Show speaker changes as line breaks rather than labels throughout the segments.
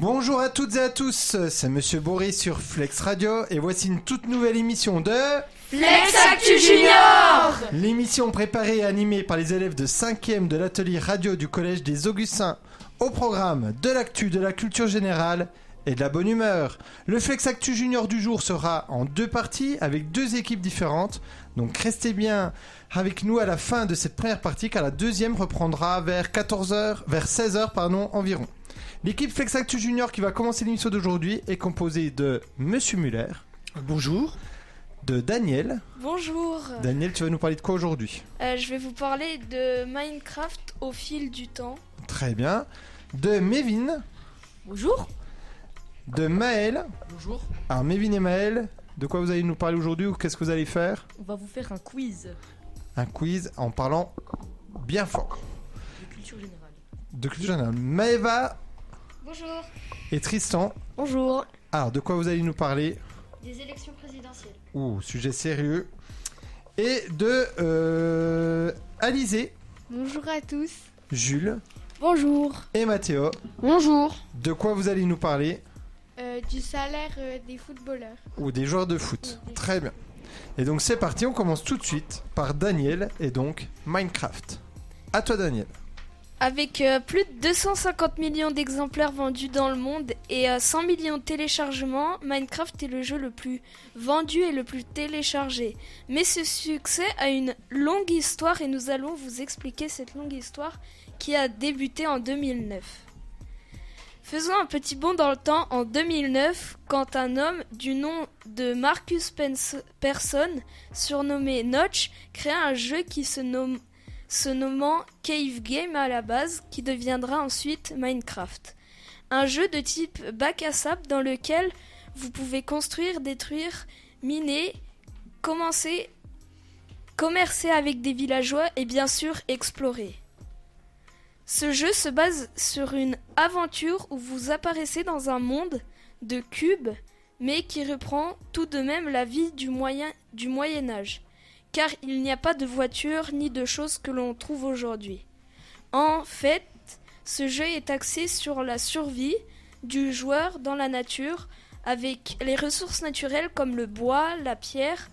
Bonjour à toutes et à tous, c'est Monsieur Boris sur Flex Radio et voici une toute nouvelle émission de
Flex Actu Junior
l'émission préparée et animée par les élèves de 5e de l'atelier radio du Collège des Augustins. Au programme de l'actu, de la culture générale et de la bonne humeur. Le Flex Actu Junior du jour sera en deux parties avec deux équipes différentes. Donc restez bien avec nous à la fin de cette première partie car la deuxième reprendra vers 14h, vers 16h pardon, environ. L'équipe Flex Actu Junior qui va commencer l'émission d'aujourd'hui est composée de Monsieur Muller. Bonjour. De Daniel.
Bonjour
Daniel, tu vas nous parler de quoi aujourd'hui
Euh, Je vais vous parler de Minecraft au fil du temps.
Très bien. De Mévin.
Bonjour
De Maël.
Bonjour,
Alors Mévin et Maël, de quoi vous allez nous parler aujourd'hui ou qu'est-ce que vous allez faire
on va vous faire un quiz
Un quiz en parlant bien fort.
de culture générale.
De culture générale. Maëva
Bonjour
et Tristan.
Bonjour
Alors de quoi vous allez nous parler
Des élections présidentielles.
Ouh, sujet sérieux. Et de euh, Alizé,
Bonjour à tous
Jules.
Bonjour
et Mathéo.
Bonjour
De quoi vous allez nous parler
Euh,
Du salaire des footballeurs.
Ou des joueurs de foot Très bien. Et donc c'est parti, on commence tout de suite par Daniel et donc Minecraft. À toi Daniel.
Avec euh, plus de 250 millions d'exemplaires vendus dans le monde et euh, 100 millions de téléchargements, Minecraft est le jeu le plus vendu et le plus téléchargé. Mais ce succès a une longue histoire et nous allons vous expliquer cette longue histoire qui a débuté en 2009. Faisons un petit bond dans le temps en 2009 quand un homme du nom de Marcus Pens- Persson, surnommé Notch, créa un jeu qui se nomme se nommant Cave Game à la base, qui deviendra ensuite Minecraft. Un jeu de type bac à sable dans lequel vous pouvez construire, détruire, miner, commencer, commercer avec des villageois et bien sûr explorer. Ce jeu se base sur une aventure où vous apparaissez dans un monde de cubes, mais qui reprend tout de même la vie du, moyen, du Moyen Âge car il n'y a pas de voiture ni de choses que l'on trouve aujourd'hui. En fait, ce jeu est axé sur la survie du joueur dans la nature avec les ressources naturelles comme le bois, la pierre,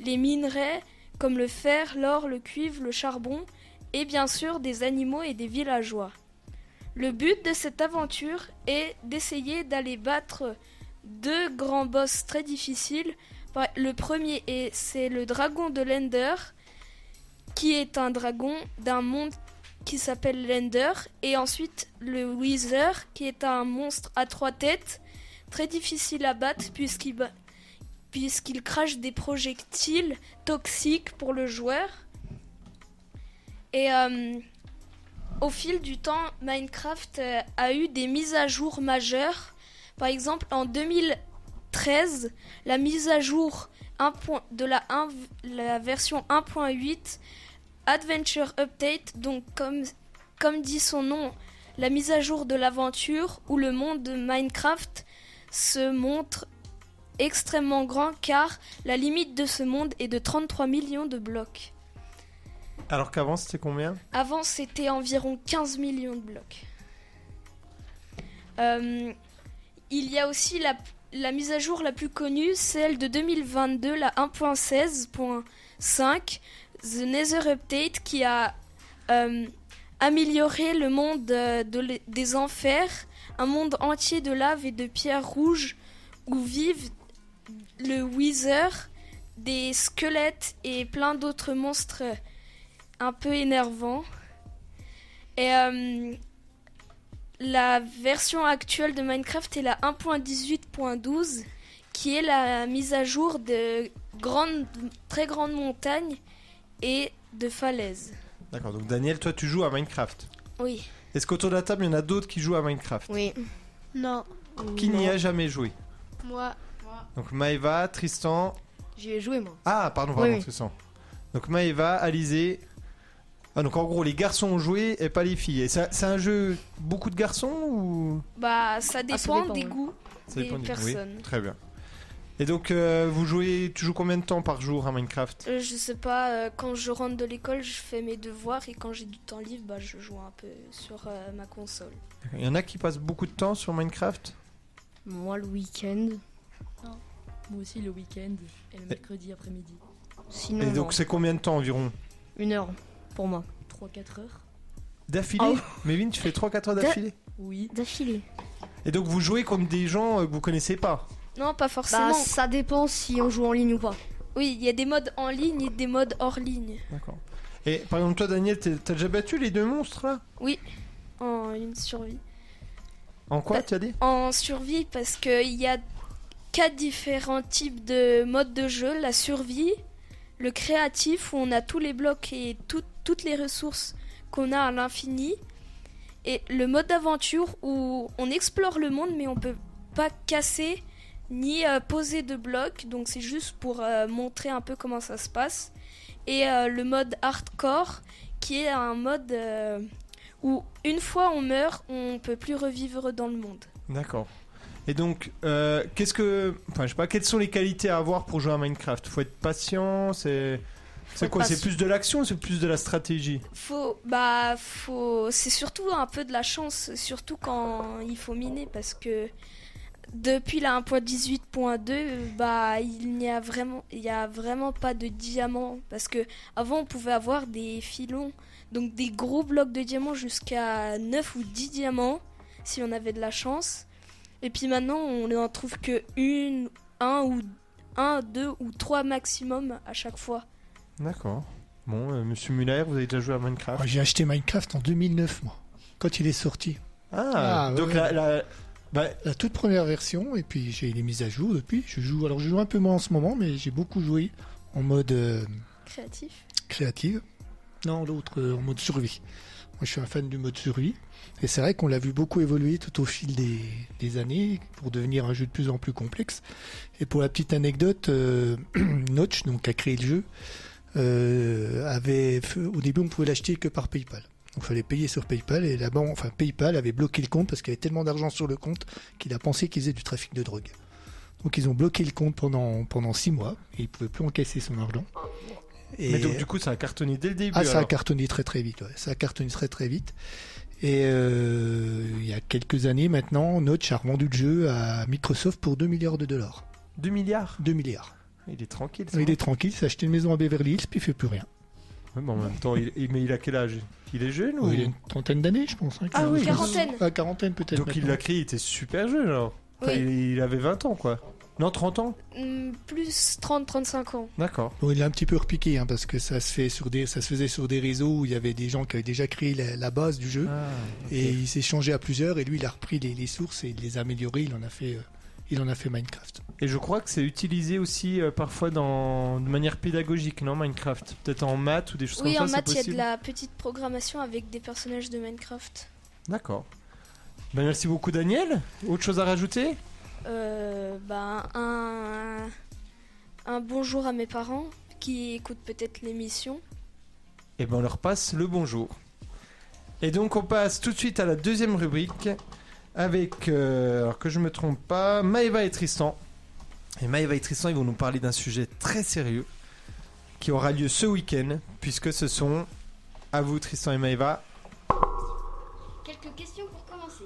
les minerais comme le fer, l'or, le cuivre, le charbon et bien sûr des animaux et des villageois. Le but de cette aventure est d'essayer d'aller battre deux grands boss très difficiles par- Le premier est c'est le dragon de l'Ender, qui est un dragon d'un monde qui s'appelle l'Ender, et ensuite le Wither, qui est un monstre à trois têtes, très difficile à battre puisqu'il ba- puisqu'il crache des projectiles toxiques pour le joueur. Et euh, au fil du temps, Minecraft euh, a eu des mises à jour majeures. Par exemple, en 2013, la mise à jour 1 point- de la, 1 la version 1.8 Adventure Update, donc comme, comme dit son nom, la mise à jour de l'aventure où le monde de Minecraft se montre extrêmement grand car la limite de ce monde est de 33 millions de blocs.
Alors qu'avant c'était combien
Avant c'était environ 15 millions de blocs. Euh, il y a aussi la, la mise à jour la plus connue, celle de 2022, la 1.16.5, The Nether Update, qui a euh, amélioré le monde euh, de l'e- des enfers, un monde entier de lave et de pierres rouges où vivent le Wither, des squelettes et plein d'autres monstres un peu énervants. Et euh, la version actuelle de Minecraft est la 1.18.12 qui est la mise à jour de grandes, très grandes montagnes et de falaises.
D'accord, donc Daniel, toi tu joues à Minecraft.
Oui.
Est-ce qu'autour de la table il y en a d'autres qui jouent à Minecraft
Oui.
Non,
Qui n'y a jamais joué
moi,
Donc Maëva, Tristan.
J'y ai joué moi.
Ah, pardon,
Oui,
pardon,
oui.
Tristan. Donc Maëva, Alizé. Ah, donc en gros les garçons ont joué et pas les filles. Et ça- c'est un jeu beaucoup de garçons ou
Bah, ça dépend,
Ah, dépend,
des
ouais.
goûts des
du- oui,
personnes.
Très bien. Et donc, euh, vous jouez, tu joues combien de temps par jour à Minecraft
Euh, je sais pas, euh, quand je rentre de l'école, je fais mes devoirs et quand j'ai du temps libre, bah, je joue un peu sur euh, ma console.
Il y en a qui passent beaucoup de temps sur Minecraft
Moi, le week-end.
Moi aussi le week-end et le mercredi après-midi.
Sinon,
Et
non.
donc c'est combien de temps environ
une heure pour moi.
3-4 heures
D'affilée
Oh.
Mévin, tu fais 3-4 heures d'affilée
Oui.
D'affilée.
Et donc vous jouez comme des gens euh, que vous connaissez pas
Non, pas
Bah,
forcément.
ça dépend si on joue en ligne ou pas.
oui, il y a des modes en ligne et des modes hors ligne.
D'accord. Et par exemple, toi, Daniel, t'es- t'as déjà battu les deux monstres là
En une survie.
En quoi
Bah-
tu as dit
En survie, parce qu'il y a quatre différents types de modes de jeu. La survie, le créatif, où on a tous les blocs et tout- toutes les ressources qu'on a à l'infini. Et le mode d'aventure, où on explore le monde, mais on peut pas casser ni euh, poser de blocs. Donc c'est juste pour euh, montrer un peu comment ça se passe. Et euh, le mode hardcore, qui est un mode... euh, où une fois on meurt, on peut plus revivre dans le monde.
D'accord. Et donc, euh, qu'est-ce que. Enfin, je sais pas, quelles sont les qualités à avoir pour jouer à Minecraft Faut être patient, c'est. C'est
être
quoi C'est
patient.
plus de l'action, c'est plus de la stratégie
Faut, bah, faut, c'est surtout un peu de la chance, surtout quand il faut miner, parce que depuis la 1.18.2, bah, il n'y a vraiment, il y a vraiment pas de diamants, parce que avant on pouvait avoir des filons, donc des gros blocs de diamants jusqu'à 9 ou 10 diamants, si on avait de la chance. Et puis maintenant, on n'en trouve que une, un ou un, deux ou trois maximum à chaque fois.
D'accord. Bon, euh, monsieur Muller, vous avez déjà joué à Minecraft
Moi, Oh, J'ai acheté Minecraft en 2009, moi, quand il est sorti.
Ah,
Ah, ouais,
donc
ouais.
la. la- bah,
La toute première version, et puis j'ai eu les mises à jour depuis. Je joue, alors je joue un peu moins en ce moment, mais j'ai beaucoup joué en mode euh,
Créatif.
créative. Non, l'autre euh, en mode survie. Moi, je suis un fan du mode survie. Et c'est vrai qu'on l'a vu beaucoup évoluer tout au fil des, des années pour devenir un jeu de plus en plus complexe. Et pour la petite anecdote, euh, Notch, donc, qui a créé le jeu, euh, avait, fait- au début, on pouvait l'acheter que par PayPal. Donc, il fallait payer sur PayPal. Et là-bas, enfin, PayPal avait bloqué le compte parce qu'il y avait tellement d'argent sur le compte qu'il a pensé qu'ils faisaient du trafic de drogue. Donc, ils ont bloqué le compte pendant, pendant six mois et ils ne pouvaient plus encaisser son argent. Et-
Mais donc, du coup, ça a cartonné dès le début.
ah, ça a
alors.
cartonné très très vite. ouais. Ça a cartonné très très vite. Et euh, il y a quelques années maintenant, Notch a revendu le jeu à Microsoft pour 2 milliards de dollars.
2 milliards
2 milliards.
Il est tranquille. ça.
Il est tranquille, s'est acheté une maison à Beverly Hills, puis il fait plus rien.
Ouais, mais en même temps, il, il- mais il a quel âge Il est jeune ou
Il a une trentaine d'années, je pense. hein,
Ah oui.
Quarantaine.
Ah, quarantaine peut-être.
Donc il
maintenant.
l'a créé, il était super jeune alors. Enfin,
Oui.
il, il avait 20 ans quoi. Non, 30 ans
Hmm, plus 30-35 ans.
D'accord.
Bon, il l'a un petit peu repiqué hein, parce que ça se, fait sur des, ça se faisait sur des réseaux où il y avait des gens qui avaient déjà créé la, la base du jeu.
Ah,
Et il s'est changé à plusieurs et lui il a repris les, les sources et il les a améliorées. Il en a fait, euh, il en a fait Minecraft.
Et je crois que c'est utilisé aussi euh, parfois dans... de manière pédagogique, non Minecraft Peut-être en maths ou des choses
Oui, en
comme ça, c'est
maths, il y a de
possible
la petite programmation avec des personnages de Minecraft.
D'accord. Ben, merci beaucoup Daniel. Autre chose à rajouter
Euh, bah, un, un bonjour à mes parents qui écoutent peut-être l'émission.
Et ben on leur passe le bonjour. Et donc on passe tout de suite à la deuxième rubrique avec, euh, alors que je me trompe pas, Maëva et Tristan. Et Maëva et Tristan, ils vont nous parler d'un sujet très sérieux qui aura lieu ce week-end, puisque ce sont, à vous Tristan et Maëva.
Quelques questions pour commencer.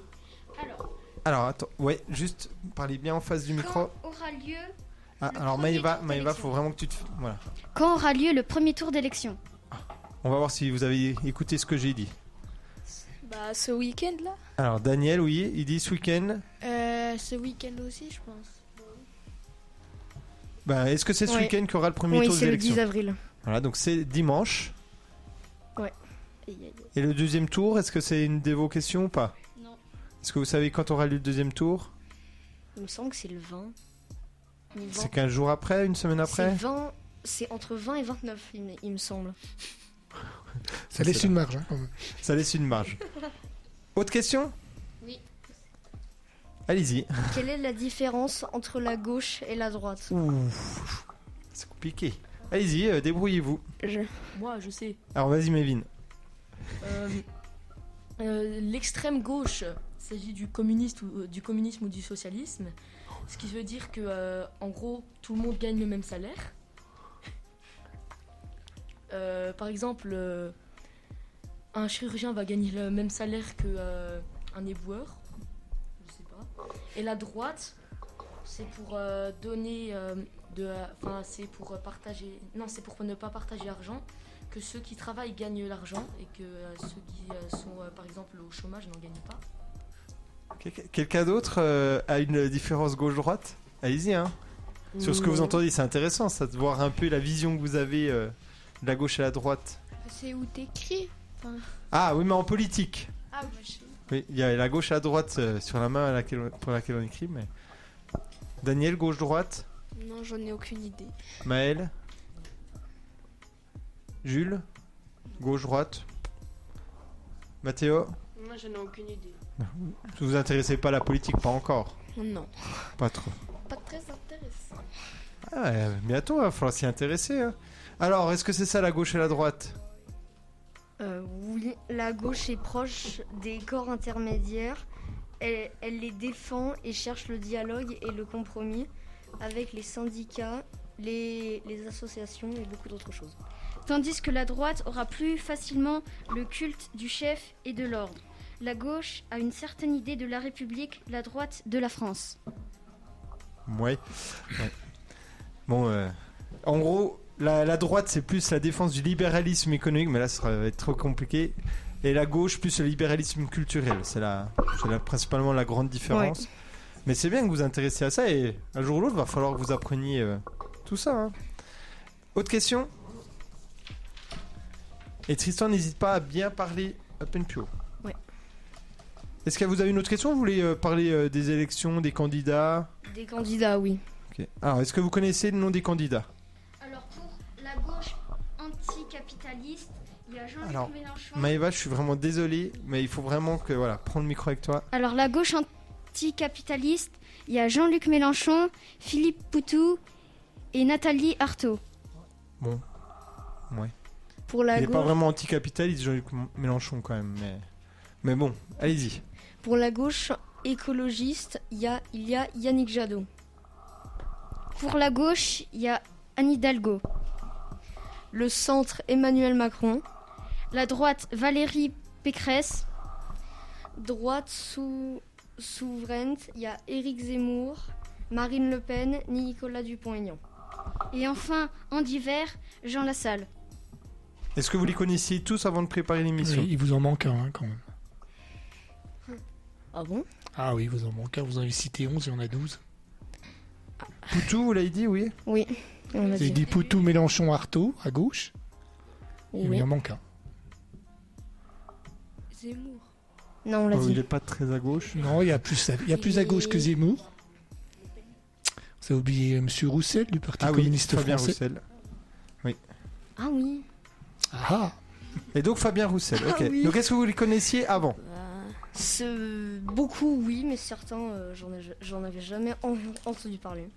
Alors,
Alors attends, ouais, juste parlez bien en face du micro.
quand aura lieu
Ah,
le
alors
premier
Maëva,
tour
Maëva,
d'élection.
faut vraiment que tu te... Voilà.
Quand aura lieu le premier tour d'élection
On va voir si vous avez écouté ce que j'ai dit.
Bah, ce week-end là.
Alors Daniel, oui, il dit ce week-end.
Euh, ce week-end aussi, je pense.
Bah, est-ce que c'est ce
Ouais.
week-end qu'aura le premier
Oui,
tour
c'est le
d'élection
10 avril.
Voilà, donc c'est dimanche.
Aïe, aïe, aïe.
Et le deuxième tour, est-ce que c'est une de vos questions ou pas
Non.
Est-ce que vous savez quand aura lieu le deuxième tour
Il me semble que c'est le 20. Le 20.
C'est 15 jours après, une semaine
C'est
après
20. C'est entre 20 et 29, il me, il me semble.
Ça laisse une marge hein, quand même.
Ça laisse une marge. Autre question
Oui.
Allez-y.
Quelle est la différence entre la gauche et la droite
Ouh, C'est compliqué. Allez-y, euh, débrouillez-vous.
Moi je sais.
Alors vas-y, Mévin.
Euh, euh, L'extrême gauche s'agit du, communiste ou- euh, du communisme ou du socialisme. Ce qui veut dire que euh, en gros tout le monde gagne le même salaire. Euh, par exemple, euh, un chirurgien va gagner le même salaire que euh, un éboueur. Je sais pas. pas. Et la droite, c'est pour euh, donner euh, de. Enfin, c'est pour euh, partager. Non, c'est pour ne pas partager l'argent. Que ceux qui travaillent gagnent l'argent et que euh, ceux qui euh, sont, euh, par exemple, au chômage n'en gagnent pas.
Quel- Quelqu'un d'autre euh, a une différence gauche-droite Allez-y, hein. Sur ce que
Mm.
vous entendez, c'est intéressant, ça de voir un peu la vision que vous avez euh, de la gauche à la droite.
C'est où t'écris
Ah oui, mais en politique.
Ah, moi je sais.
Oui, il y a la gauche à la droite euh, sur la main à laquelle on- pour laquelle on écrit, mais. Daniel, gauche-droite.
Non, j'en ai aucune idée.
Maël. Jules. Gauche-droite. Mathéo.
Moi, je n'ai aucune idée.
Vous vous intéressez pas à la politique, pas encore.
Non.
Pas trop.
Pas très intéressant.
Ah, ouais, bientôt, il va falloir s'y intéresser. hein. Alors, est-ce que c'est ça la gauche et la droite
Euh, oui, la gauche est proche des corps intermédiaires. Elle, elle les défend et cherche le dialogue et le compromis avec les syndicats, les, les associations et beaucoup d'autres choses.
Tandis que la droite aura plus facilement le culte du chef et de l'ordre. La gauche a une certaine idée de la République, la droite de la France.
Ouais. Ouais. Bon, euh, en gros, la, la droite, c'est plus la défense du libéralisme économique, mais là, ça va être trop compliqué. Et la gauche, plus le libéralisme culturel. C'est la, c'est la- principalement la grande différence. Mais c'est bien que vous vous intéressiez à ça, et un jour ou l'autre, va falloir que vous appreniez euh, tout ça. hein. Autre question Et Tristan, n'hésite pas à bien parler à peine plus haut.
Ouais.
Est-ce que vous avez une autre question Vous voulez euh, parler euh, des élections, des candidats
Des candidats, oui.
Ok. Alors, est-ce que vous connaissez le nom des candidats
Alors pour la gauche anticapitaliste, il y a Jean-Luc
Alors,
Mélenchon.
Maëva, je suis vraiment désolé, mais il faut vraiment que. Voilà, prends le micro avec toi.
Alors la gauche anticapitaliste, il y a Jean-Luc Mélenchon, Philippe Poutou et Nathalie Arthaud.
Bon. Ouais.
Pour la
il n'est
gauche,
pas vraiment anticapitaliste, Jean-Luc M- Mélenchon, quand même. Mais, mais bon, allez-y.
pour la gauche écologiste, il y a, il y a Yannick Jadot.
Pour la gauche, il y a Anne Hidalgo.
Le centre Emmanuel Macron.
La droite, Valérie Pécresse.
Droite sous souveraine, il y a Éric Zemmour, Marine Le Pen, Nicolas Dupont-Aignan.
Et enfin, en divers, Jean Lassalle.
Est-ce que vous les connaissiez tous avant de préparer l'émission
Oui, il vous en manque un hein, quand même.
Ah bon
Ah oui, il vous en manque un. Vous en avez cité 11, il y en a 12.
Poutou, vous l'avez dit, oui
Oui. On l'a
J'ai dit Poutou, Mélenchon, Artaud à gauche. Il
Oui.
en manque un.
Zemmour.
Non, on l'a
Oh, Il
dit.
n'est pas très à gauche.
Non, il y a plus, à, il y a plus à gauche que Zemmour. Vous avez oublié M. Roussel du Parti
Ah oui,
communiste
Fabien
français.
Roussel.
Ah oui.
Ah,
Et donc Fabien Roussel,
Ah
ok. Donc est-ce que vous les connaissiez avant
Ce- Beaucoup, oui, mais certains, euh, j'en ai- j'en avais jamais en- entendu parler.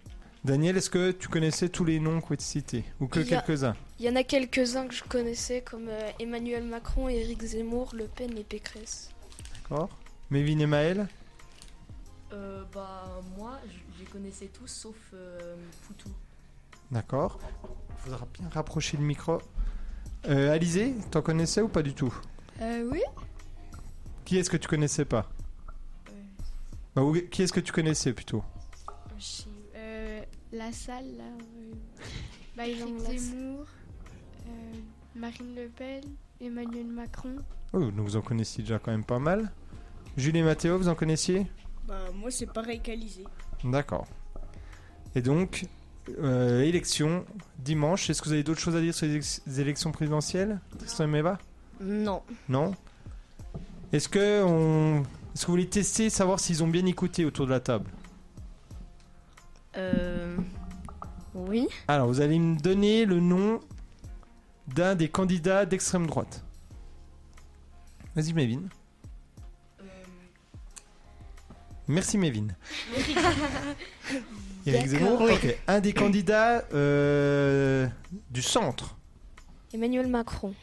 Daniel, est-ce que tu connaissais tous les noms qu'on a cités Ou que
Il y a-
quelques-uns
Il y en a quelques-uns que je connaissais, comme euh, Emmanuel Macron, Éric Zemmour, Le Pen et Pécresse.
D'accord. Mévin et Maël
Euh, bah, moi, je- je les connaissais tous sauf euh, Poutou.
D'accord. Il faudra bien rapprocher le micro. Euh, Alizé, t'en connaissais ou pas du tout
Euh, oui.
Qui est-ce que tu connaissais pas
Euh.
Bah, ou- Qui est-ce que tu connaissais plutôt
Je sais. Euh, la salle, là. euh, Bah, Éric Zemmour, euh, Marine Le Pen, Emmanuel Macron.
Oh, donc vous en connaissiez déjà quand même pas mal. Jules et Mathéo, vous en connaissiez
Bah, moi, c'est pareil qu'Alizé.
D'accord. Et donc, euh, élection dimanche. Est-ce que vous avez d'autres choses à dire sur les ex- les élections présidentielles Tristan et Meva
Non.
Non Est-ce que, on... est que vous voulez tester, savoir s'ils ont bien écouté autour de la table
Euh, Oui.
Alors, vous allez me donner le nom d'un des candidats d'extrême droite. Vas-y, Mévin. Merci, Mévin. Éric Zemmour, ok. Un des candidats euh, du centre.
Emmanuel Macron.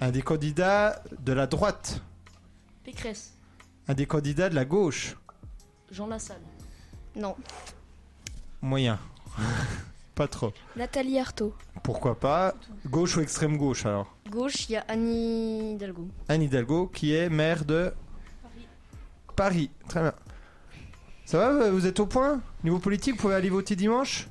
Un des candidats de la droite.
Pécresse,
Un des candidats de la gauche.
Jean Lassalle.
Non.
Moyen. pas trop.
Nathalie Arthaud.
Pourquoi pas Gauche ou extrême gauche, alors
Gauche, il y a Annie Hidalgo.
Anne Hidalgo, qui est maire de Paris. Très bien. Ça va, vous êtes au point Niveau politique, vous pouvez aller voter dimanche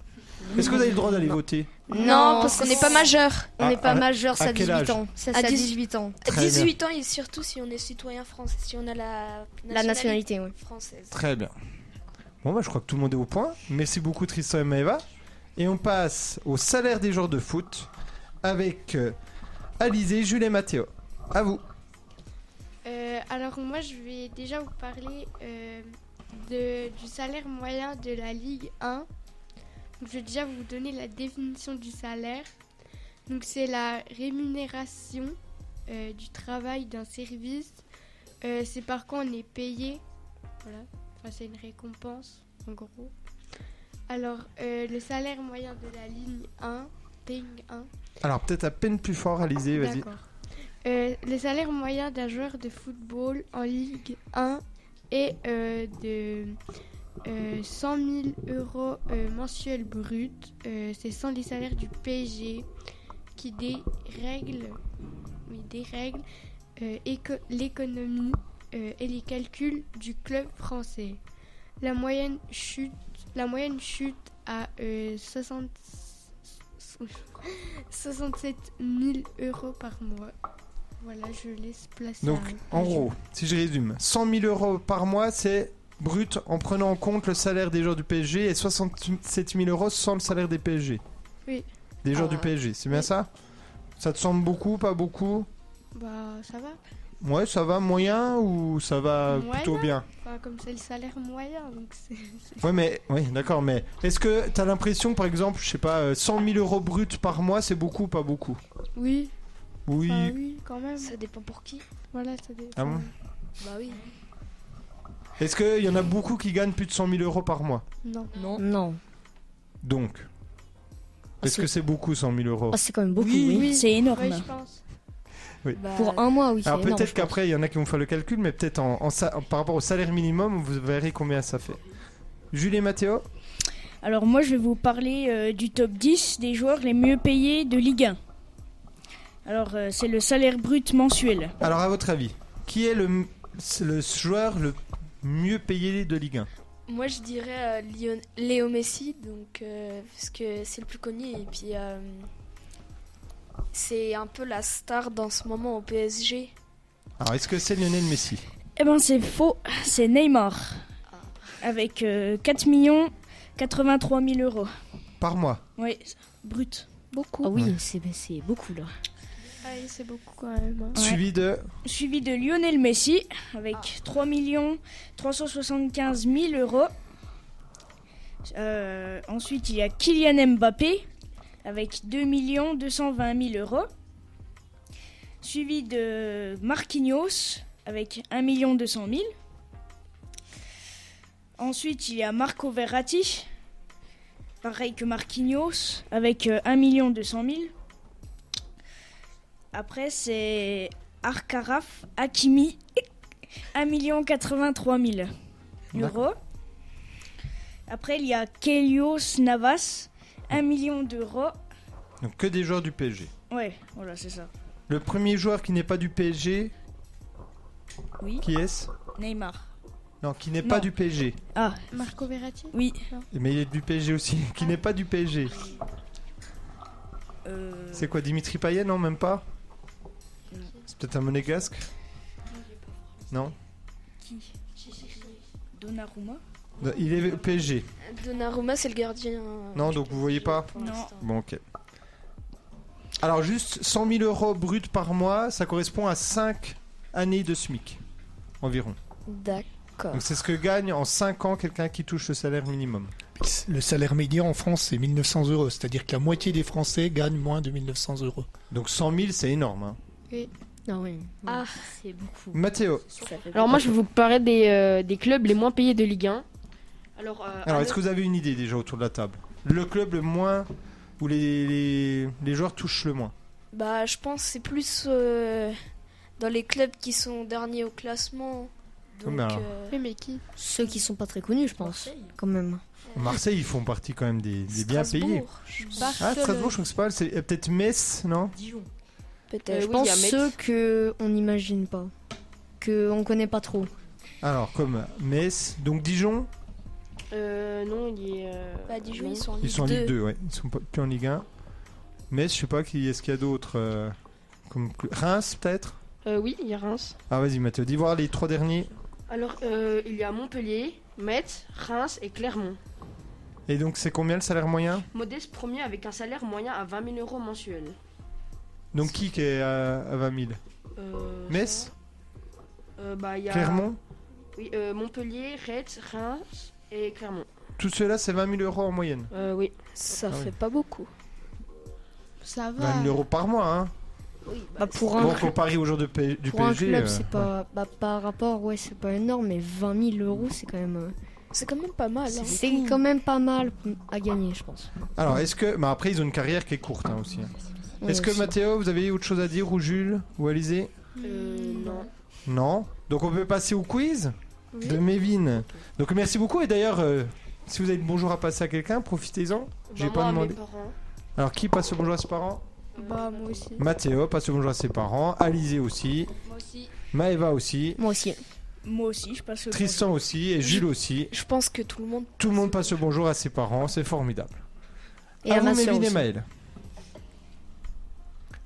Est-ce que vous avez le droit d'aller voter
Non, parce qu'on n'est pas majeur.
On n'est
Ah, À- à-
pas majeur,
à
ça a
quel
18
âge
ans. Ça,
À
c'est à
18
18 ans.
Très bien.
18 ans et surtout si on est citoyen français, si on a la
La nationalité, oui.
française.
Très bien. Bon, bah, je crois que tout le monde est au point. Merci beaucoup, Tristan et Maeva. Et on passe au salaire des joueurs de foot avec euh, Alizé, Jules et Mathéo. À vous.
Euh, alors moi je vais déjà vous parler euh, de- du salaire moyen de la Ligue 1. Donc, je vais déjà vous donner la définition du salaire. Donc c'est la rémunération euh, du travail d'un service. Euh, c'est par quoi on est payé. Voilà. Enfin, c'est une récompense en gros. Alors euh, le salaire moyen de la ligne 1, ligne 1,
Alors, peut-être à peine plus fort, Alizé, vas-y.
D'accord. Euh, le salaire moyen d'un joueur de football en Ligue 1 est euh, de euh, 100 000 euros euh, mensuels bruts. Euh, C'est sans les salaires du PSG qui dérèglent, oui, dérèglent euh, éco- l'économie euh, et les calculs du club français. La moyenne chute, la moyenne chute à euh, 60 67 000 euros par mois. Voilà, je laisse placer.
Donc, en gros, si je résume, 100 000 euros par mois, c'est brut en prenant en compte le salaire des joueurs du PSG et 67 000 euros sans le salaire des PSG.
Oui.
Des joueurs
Ah.
du PSG, c'est bien
Oui.
ça Ça te semble beaucoup, pas beaucoup
Bah, ça va.
Ouais, ça va moyen ou ça va
Moyen.
Euh, plutôt bien
Enfin, comme c'est le salaire moyen, donc c'est.
Ouais, mais ouais, d'accord, mais est-ce que t'as l'impression, par exemple, je sais pas, euh, 100 000 euros bruts par mois, c'est beaucoup ou pas beaucoup
Oui,
Oui.
enfin, oui, quand même.
Ça dépend pour qui.
Voilà, ça dépend.
Ah bon
Bah oui.
Est-ce qu'il y en a beaucoup qui gagnent plus de 100 000 euros par mois
Non.
Non.
Non.
Donc, est-ce
Ah, c'est-
que c'est beaucoup 100 000 euros
Oh, c'est quand même beaucoup,
Oui,
oui.
oui.
C'est énorme.
Ouais, je pense.
Bah,
Pour un mois, oui. c'est
Alors
énorme,
peut-être
je pense.
qu'après, il y en a qui vont faire le calcul, mais peut-être en, en sa- en- par rapport au salaire minimum, vous verrez combien ça fait. Jules et Mathéo
Alors moi je vais vous parler euh, du top 10 des joueurs les mieux payés de Ligue 1. Alors euh, c'est le salaire brut mensuel.
Alors à votre avis, qui est le, m- c'est le joueur le mieux payé de Ligue 1
Moi je dirais euh, Lion- Léo Messi, donc, euh, parce que c'est le plus connu et puis euh, c'est un peu la star dans ce moment au PSG.
Alors est-ce que c'est Lionel Messi
Eh ben c'est faux, c'est Neymar. Avec euh, 4 millions 83 000 euros.
Par mois
Oui, brut.
Beaucoup.
Ah oui, c'est c'est beaucoup là.
Ah oui, c'est beaucoup quand même. hein.
Ouais.
Suivi de...
Suivi de Lionel Messi avec 3 millions 375 000 euros. Euh, ensuite il y a Kylian Mbappé avec 2 millions 220 000 euros. Suivi de Marquinhos avec 1 million 200 000. Ensuite il y a Marco Verratti, pareil que Marquinhos avec euh, 1 million 200 000. Après c'est Arkaraf Hakimi, 1 million 83 000 euros. Après, il y a Kelios Navas, 1 million d'euros.
Donc que des joueurs du PSG.
Ouais, voilà, c'est ça.
Le premier joueur qui n'est pas du PSG,
Oui,
qui est-ce
Neymar.
Non, qui n'est pas
Non.
du PSG,
Ah,
Marco Verratti
oui.
mais il est du PSG aussi, qui n'est pas du PSG.
euh,
C'est quoi, Dimitri Payet Non, même pas C'est peut-être un monégasque Non
qui Donnarumma
Non, Il est au PSG.
Donnarumma c'est le gardien. euh,
Non, donc vous voyez pas
pour
Non.
l'instant.
Bon, ok. Alors, juste 100 000 euros bruts par mois, ça correspond à 5 années de SMIC, environ.
D'accord.
Donc, c'est ce que gagne en 5 ans quelqu'un qui touche le salaire minimum.
Le salaire médian en France, c'est 1900 euros. C'est-à-dire que la moitié des Français gagnent moins de 1900 euros.
Donc, 100 000, c'est énorme. Hein.
Ah oui.
Ah.
C'est beaucoup.
Mathéo,
Ça fait
Alors moi je vais vous parler des, euh, des clubs les moins payés de Ligue 1. Alors, euh,
alors
à
est-ce que vous avez une idée déjà autour de la table Le club le moins où les, les, les joueurs touchent le moins
Bah je pense que c'est plus euh, dans les clubs qui sont derniers au classement.
Oui,
Donc,
mais alors-
euh,
Oui, mais qui
Ceux qui sont pas très connus, je pense,
Marseille.
quand même.
Marseille, ils font partie quand même des, des bien payés.
Strasbourg, je pense,
Ah, Strasbourg, je crois que c'est pas mal. C'est euh, peut-être Metz, non
Dijon.
Euh,
je
Peut-être.
oui,
pense
il y a Metz.
ceux que on n'imagine pas, que on connaît pas trop.
Alors, comme Metz, donc Dijon,
Euh, non, il est. euh,
Bah, Dijon,
non.
ils sont en
Ils sont en Ligue 2, ouais. Ils sont pas- plus en Ligue 1. Mais je sais pas qui est-ce qu'il y a d'autre. euh, comme... Reims, peut-être
Euh, oui, il y a Reims.
Ah, vas-y, Mathéo, dis voir les trois derniers.
Alors, euh, il y a Montpellier, Metz, Reims et Clermont.
Et donc, c'est combien le salaire moyen
Modeste premier avec un salaire moyen à 20 000 euros mensuels.
Donc, qui qui est à, à 20 000
Euh,
Metz
euh, bah, il y a...
Clermont
Oui, euh, Montpellier, Retz, Reims et Clermont.
Tout cela, c'est 20 000 euros en moyenne.
Euh, oui. Ça
Ah oui. fait
pas beaucoup.
Ça
20 000 euros par mois, hein
Bah, pour un
Bon,
cl-
comparé aux joueurs de P- du
pour un
PSG.
club,
euh,
c'est pas. Bah, par rapport, ouais, c'est pas énorme, mais 20 000 euros, c'est quand même.
C'est quand même pas mal.
hein. C'est quand même pas mal à gagner, je pense.
Alors, est-ce que. bah, après, ils ont une carrière qui est courte hein, aussi. hein.
Ouais,
est-ce que,
aussi.
Mathéo, vous avez autre chose à dire, ou Jules, ou Alizé
Euh, non.
Non Donc, on peut passer au quiz
Oui.
de Mévin. Donc, merci beaucoup. Et d'ailleurs, euh, si vous avez le bonjour à passer à quelqu'un, profitez-en. J'ai
Bah,
pas
moi,
demandé.
Mes parents.
Alors, qui passe le bonjour à ses parents
Bah, moi aussi.
Mathéo passe le bonjour à ses parents. Alizé aussi.
Moi aussi.
Maëva aussi.
Moi aussi.
Moi aussi, je passe le
Tristan aussi. Et Jules aussi.
Je pense que tout le monde.
Tout le monde passe le bonjour à ses parents. C'est formidable.
Et
à
à
vous,
ma sœur
Mévin et
aussi.
Maël.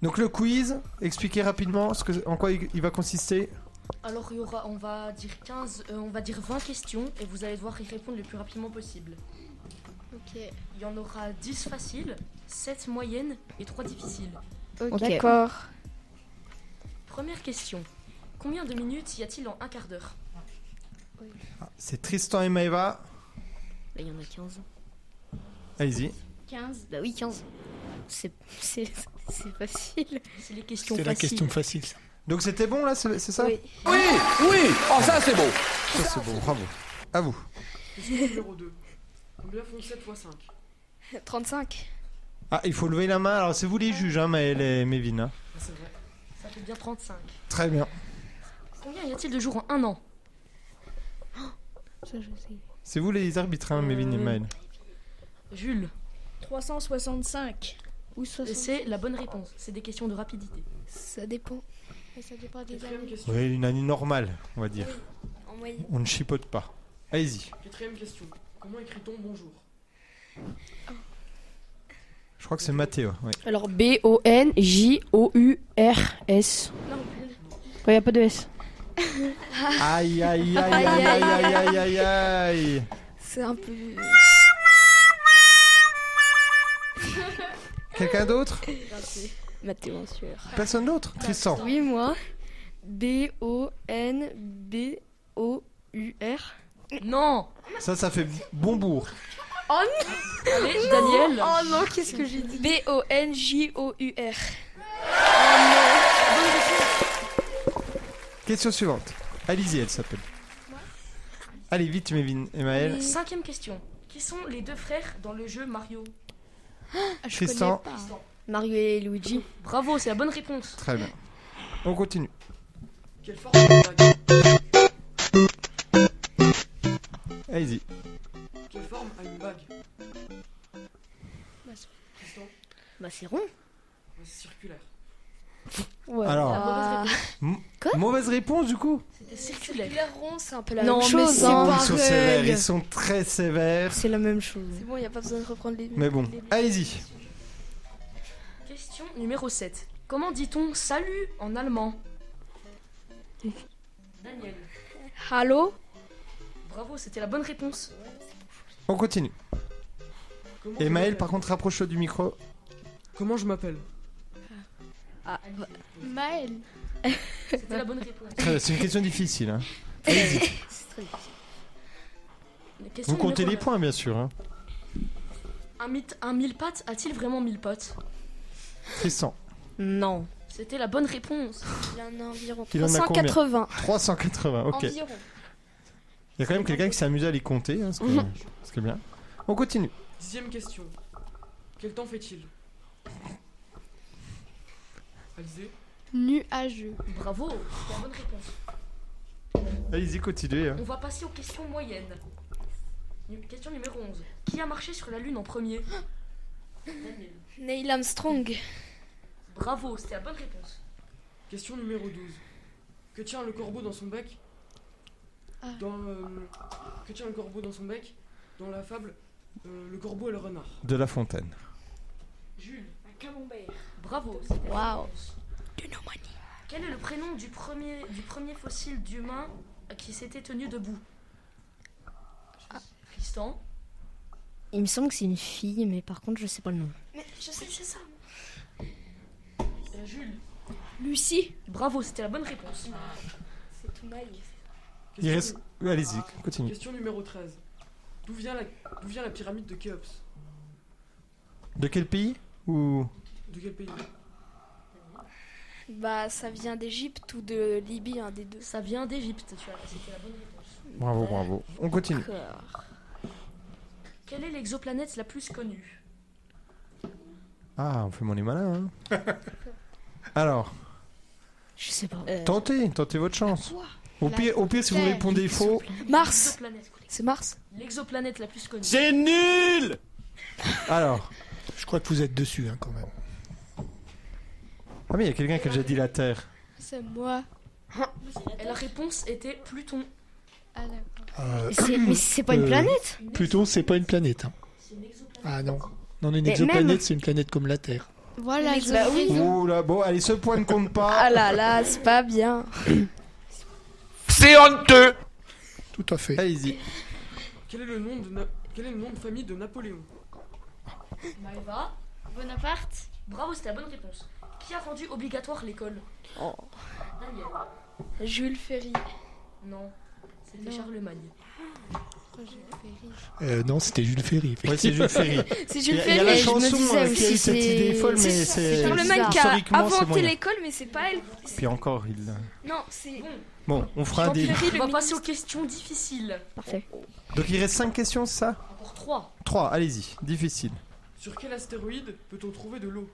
Donc le quiz, expliquez rapidement ce que, en quoi il il va consister.
Alors, il y aura, on va dire 15, euh, on va dire 20 questions et vous allez devoir y répondre le plus rapidement possible.
Ok.
Il y en aura 10 faciles, 7 moyennes et 3 difficiles.
Ok. D'accord.
Première question. Combien de minutes y a-t-il en un quart d'heure
C'est Tristan et Maëva.
Bah, Il y en a 15.
Allez-y.
15 Bah oui, 15. C'est c'est- c'est facile.
C'est les questions
C'était la question facile. ça.
Donc c'était bon là, c'est c'est ça
Oui.
oui, oui. Oh ça c'est beau. Ça c'est beau, bravo. À vous.
numéro 2. Combien font 7 x 5
35.
Ah il faut lever la main. Alors c'est vous les juges, hein, Maël et Mévin. hein.
Ah,
C'est vrai. Ça fait bien 35.
Très bien.
Combien y a-t-il de jours en un an
Ça, je sais.
C'est vous les arbitres, hein, Mévin et Maël.
Jules.
365.
Ou C'est la bonne réponse. C'est des questions de rapidité.
Ça dépend.
Mais ça dépend des années.
Oui, une année normale, on va dire.
En moyenne.
On ne chipote pas. Allez-y.
Quatrième question. Comment écrit-on bonjour
Je crois que c'est Mathéo. ouais.
Alors B-O-N-J-O-U-R-S.
Non,
Il n'y a pas de S.
Aïe aïe aïe aïe aïe aïe aïe aïe.
C'est un peu.
Quelqu'un d'autre
Mathéo en sueur.
Personne d'autre Tristan.
Oui, moi. B-O-N-B-O-U-R.
Non
Ça, ça fait bon bourg.
Oh
Allez, Daniel.
Oh non, qu'est-ce que j'ai dit B-O-N-J-O-U-R.
Question suivante. Alizé, elle s'appelle. Allez, vite, Mévin et Maël.
Cinquième question. Qui sont les deux frères dans le jeu Mario Ah,
Tristan.
Mario et Luigi.
Bravo, c'est la bonne réponse.
Très bien. On continue. Allez-y.
Quelle forme a une bague
Bah, c'est rond.
C'est circulaire.
Ouais.
Alors.
Ah.
M- Mauvaise réponse, du coup
Circulaire rond, c'est un peu la
Non,
même
mais
chose.
c'est
hein.
pas-
Ils sont
Pareil.
sévères, ils sont très sévères.
C'est la même chose.
C'est bon, il n'y a pas besoin de reprendre les.
Mais bon,
les-
allez-y.
Question numéro 7. Comment dit-on salut en allemand Daniel.
Allô
Bravo, c'était la bonne réponse.
On continue. Et Maël, par contre, rapproche-toi du micro.
Comment je m'appelle
Ah,
Maël.
Ah, C'était la bonne réponse.
Très bien, C'est une question difficile. hein.
Question
Vous comptez les
numéro
points, bien sûr. hein.
neuf. Un, mythe, un mille pattes a-t-il vraiment mille potes
Tristan.
Non.
C'était la bonne réponse.
Il y en a environ
Il en a combien
380.
380, ok. Il
Environ.
y a quand même quelqu'un qui s'est amusé à les compter, hein, ce, qui est,
Mhm.
ce qui est bien. On continue.
Dixième question. Quel temps fait-il Alizé
Nuageux.
Bravo, c'était la bonne réponse.
Allez-y, continuez. hein.
On va passer aux questions moyennes. Nu- Question numéro 11. Qui a marché sur la Lune en premier Daniel.
Neil Armstrong.
Bravo, c'était la bonne réponse.
Question numéro 12. Que tient le corbeau dans son bec
Ah.
Dans, euh, Que tient le corbeau dans son bec
dans la fable euh, Le corbeau et le renard
De La Fontaine.
Jules, un
camembert. Bravo. c'était
Waouh.
la réponse. Quel est le prénom du premier, du premier fossile d'humain qui s'était tenu debout Ah. Tristan
Il me semble que c'est une fille, mais par contre, je sais pas le nom.
Mais je sais, c'est ça. Euh, Jules. Lucie. Bravo, c'était la bonne réponse. C'est tout naïf.
Il reste- Allez-y, continue.
Question numéro 13. D'où vient, la... d'où vient la pyramide de Khéops
De quel pays Ou.
De quel pays
Bah, ça vient d'Égypte ou de Libye, un des deux.
Ça vient d'Égypte, tu vois. C'était la bonne réponse.
Bravo, bravo. On continue.
Quelle est l'exoplanète la plus connue
Ah, on fait mon les malins, hein. Alors,
Je sais pas.
tentez, tentez votre chance. Au pire, au pire si vous répondez faux.
Mars.
C'est
Mars.
L'exoplanète la plus connue.
C'est nul Alors.
Je crois que vous êtes dessus hein, quand même.
Ah, mais il y a quelqu'un qui a déjà dit la Terre.
C'est moi.
Et la réponse était Pluton.
Ah,
Euh,
Mais c'est- mais c'est pas une planète
Pluton, c'est pas une planète. hein. Ah non. Non, une
Mais
exoplanète,
même-
c'est une planète comme la Terre.
Voilà,
Mais
je
bah
l'ai
oui.
dit.
Ouh là, bon, allez, ce point ne compte pas.
Ah là là, c'est pas bien.
C'est honteux
Tout à fait.
Allez-y.
Quel est le nom de, Na- Quel est le nom de famille de Napoléon
Maëva. Bonaparte. Bravo, c'était la bonne réponse. Qui a rendu obligatoire l'école Daniel.
Oh. Jules Ferry.
Non, c'était Charlemagne.
Oh,
Euh, non, c'était Jules Ferry.
Ouais, c'est Jules Ferry.
C'est Jules
Il y a- Il
Ferry.
y a la
je me
chanson
disais
euh, qui a
aussi,
eu cette
c'est-
idée folle, mais
c'est-
c'est.
Charlemagne qui a
historiquement, Ah, c'est
inventé
moyen.
l'école, mais c'est pas elle.
Puis encore, il.
Non, c'est.
Bon, on fera un début.
On va passer aux questions difficiles.
Parfait.
Donc il reste 5 questions, c'est ça
Encore 3.
3, allez-y, difficile.
Sur quel astéroïde peut-on trouver de l'eau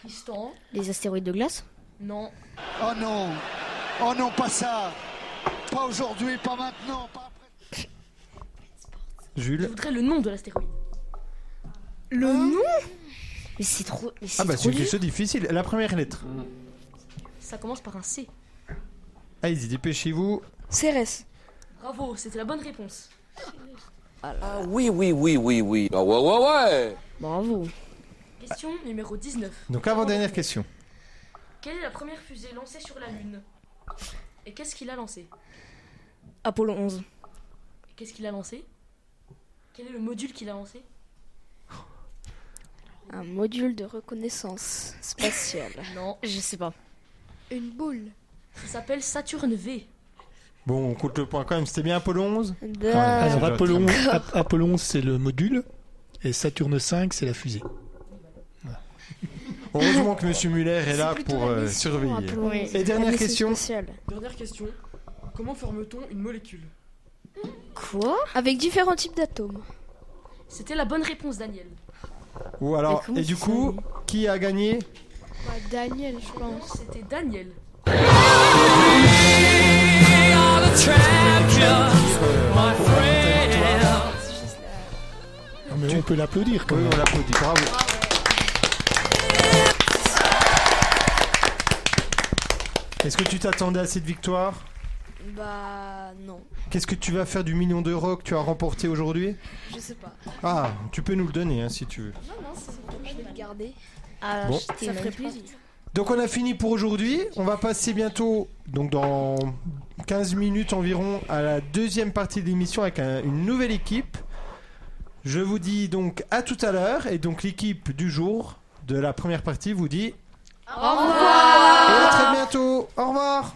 Tristan.
Les astéroïdes de glace
Non.
Oh non Oh non, pas ça Pas aujourd'hui, pas maintenant, pas
Je
Jules.
voudrais le nom de l'astéroïde.
Le
Hein
nom Mais c'est trop. mais
Ah bah
trop
c'est une
dur.
question difficile. La première lettre.
Mm.
Ça commence par un C.
Allez-y, dépêchez-vous.
Cérès.
Bravo, c'était la bonne réponse.
Ah oui, oui, oui, oui, oui. Ah ouais, ouais, ouais.
Bravo.
Question numéro 19.
Donc avant-dernière question.
Quelle est la première fusée lancée sur la Lune Et qu'est-ce qu'il a lancé
Apollo 11.
Qu'est-ce qu'il a lancé Quel est le module qu'il a lancé
Un module de reconnaissance spatiale.
non.
Je sais pas.
Une boule. Ça s'appelle Saturne V.
Bon, on compte le point quand même. C'était bien Apollo 11
Alors, Apollo 11, Ap- Apollo 11, c'est le module. Et Saturne 5, c'est la fusée.
Heureusement que Monsieur Muller est là
plutôt
pour
la
euh,
mission,
surveiller.
Apollo Oui. 11.
Et dernière
La mission
question.
Dernière question. Comment forme-t-on une molécule
Quoi
Avec différents types d'atomes.
C'était la bonne réponse, Daniel.
Ou alors, et du coup, qui a gagné
Bah,
Daniel, je pense. C'était Daniel.
Non, mais on peut l'applaudir quand même.
on l'applaudit, bravo. Est-ce que tu t'attendais à cette victoire
Bah non,
Qu'est-ce que tu vas faire du million d'euros que tu as remporté aujourd'hui
je sais pas.
Ah, tu peux nous le donner hein, si tu veux.
Non, non, c'est bon, je vais le garder.
Ah,
Bon.
j'étais
ça ferait
même-
plaisir.
Donc on a fini pour aujourd'hui. On va passer bientôt, donc dans 15 minutes environ, à la deuxième partie de l'émission avec un- une nouvelle équipe. Je vous dis donc à tout à l'heure. Et donc l'équipe du jour de la première partie vous dit
Au
à
revoir
très bientôt. Au revoir.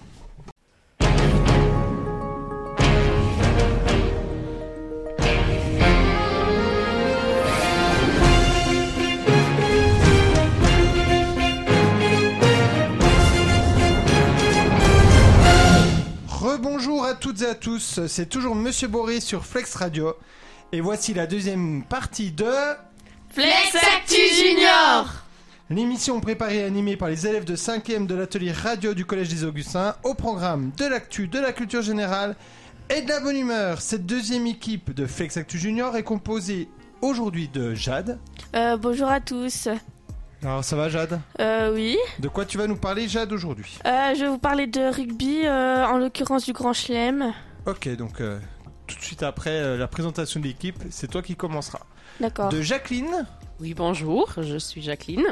Rebonjour à toutes et à tous, c'est toujours Monsieur Boris sur Flex Radio. Et voici la deuxième partie de.
Flex Actu Junior
L'émission préparée et animée par les élèves de 5e de l'atelier radio du Collège des Augustins au programme de l'actu, de la culture générale et de la bonne humeur. Cette deuxième équipe de Flex Actu Junior est composée aujourd'hui de Jade.
Euh, bonjour à tous.
Alors ça va Jade
Euh, oui.
De quoi tu vas nous parler Jade aujourd'hui
Euh, je vais vous parler de rugby, euh, en l'occurrence du Grand Chelem.
Ok donc euh, tout de suite après euh, la présentation de l'équipe. C'est toi qui commenceras.
D'accord.
De Jacqueline.
Oui, bonjour, je suis Jacqueline.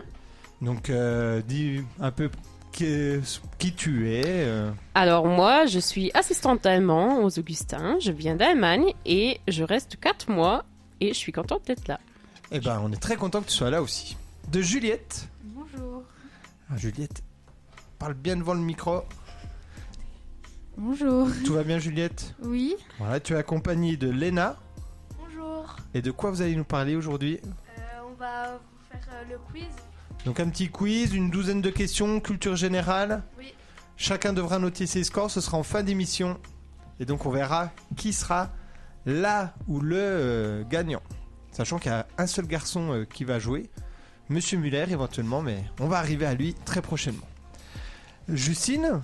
Donc, euh, dis un peu qui, qui tu es. euh.
Alors moi, je suis assistante allemand aux Augustins, je viens d'Allemagne et je reste 4 mois et je suis contente d'être là.
Eh ben, on est très content que tu sois là aussi. De Juliette.
Bonjour.
Ah, Juliette, parle bien devant le micro.
Bonjour.
Tout va bien, Juliette
Oui.
Voilà, tu es accompagnée de Léna.
Bonjour. Euh,
Et de quoi vous allez nous parler aujourd'hui
on va vous faire euh, le quiz.
Donc un petit quiz, une douzaine de questions, culture générale.
Oui.
Chacun devra noter ses scores, ce sera en fin d'émission. Et donc on verra qui sera la ou le euh, gagnant. Sachant qu'il y a un seul garçon euh, qui va jouer, Monsieur Muller éventuellement, mais on va arriver à lui très prochainement. Justine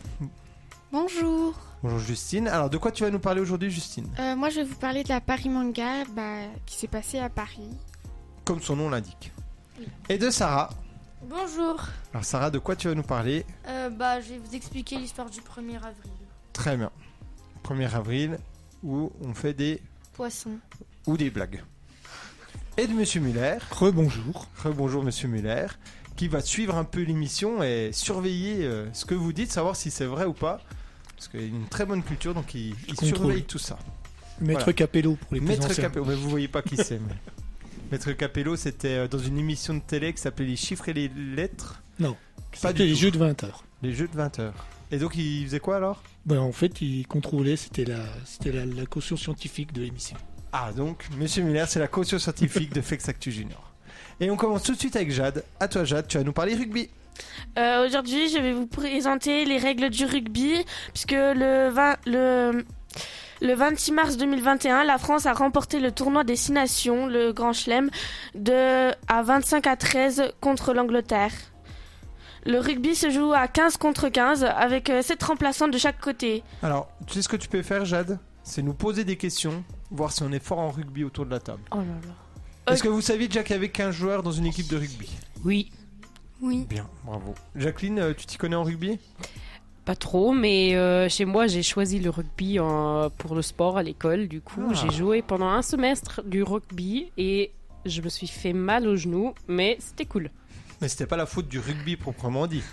Bonjour.
Bonjour Justine. Alors de quoi tu vas nous parler aujourd'hui Justine
Euh, moi, je vais vous parler de la Paris Manga bah, qui s'est passée à Paris.
Comme son nom l'indique. Et de Sarah.
Bonjour.
Alors Sarah, de quoi tu vas nous parler
Euh, bah, je vais vous expliquer l'histoire du 1er avril.
Très bien. 1er avril, où on fait des
Poisson.
ou des blagues. Et de Monsieur Muller.
Rebonjour.
Rebonjour Monsieur Muller, qui va suivre un peu l'émission et surveiller euh, ce que vous dites, savoir si c'est vrai ou pas. Parce qu'il a une très bonne culture, donc il, il
contrôle.
surveille tout ça.
Maître Capello pour les plus
Maître
anciens.
Capello, mais vous voyez pas qui c'est. mais- Maître Capello, c'était euh, dans une émission de télé qui s'appelait Les chiffres et les lettres.
Non.
Pas
C'était
du
les
tout.
jeux de 20 heures.
Les jeux de 20 heures. Et donc il faisait quoi alors
Ben, en fait, il contrôlait, c'était la, c'était la, la caution scientifique de l'émission.
Ah donc, Monsieur Muller, c'est la caution scientifique de Flex Actu Junior. Et on commence tout de suite avec Jade. À toi Jade, tu vas nous parler rugby.
Euh, Aujourd'hui, je vais vous présenter les règles du rugby, puisque le, 20 le, le 26 mars 2021, la France a remporté le tournoi des Six Nations, le Grand Chelem, de à 25 à 13 contre l'Angleterre. Le rugby se joue à 15 contre 15, avec 7 remplaçants de chaque côté.
Alors, tu sais ce que tu peux faire Jade C'est nous poser des questions, voir si on est fort en rugby autour de la table.
Oh là là.
Est-ce que vous saviez déjà qu'il y avait 15 joueurs dans une équipe de rugby
Euh, Oui.
Oui.
Bien, bravo. Jacqueline, euh, tu t'y connais en rugby
Pas trop, mais euh, chez moi, j'ai choisi le rugby en- pour le sport à l'école. Du coup,
Ah.
j'ai joué pendant un semestre du rugby et je me suis fait mal au genou, mais c'était cool.
Mais c'était pas la faute du rugby proprement dit.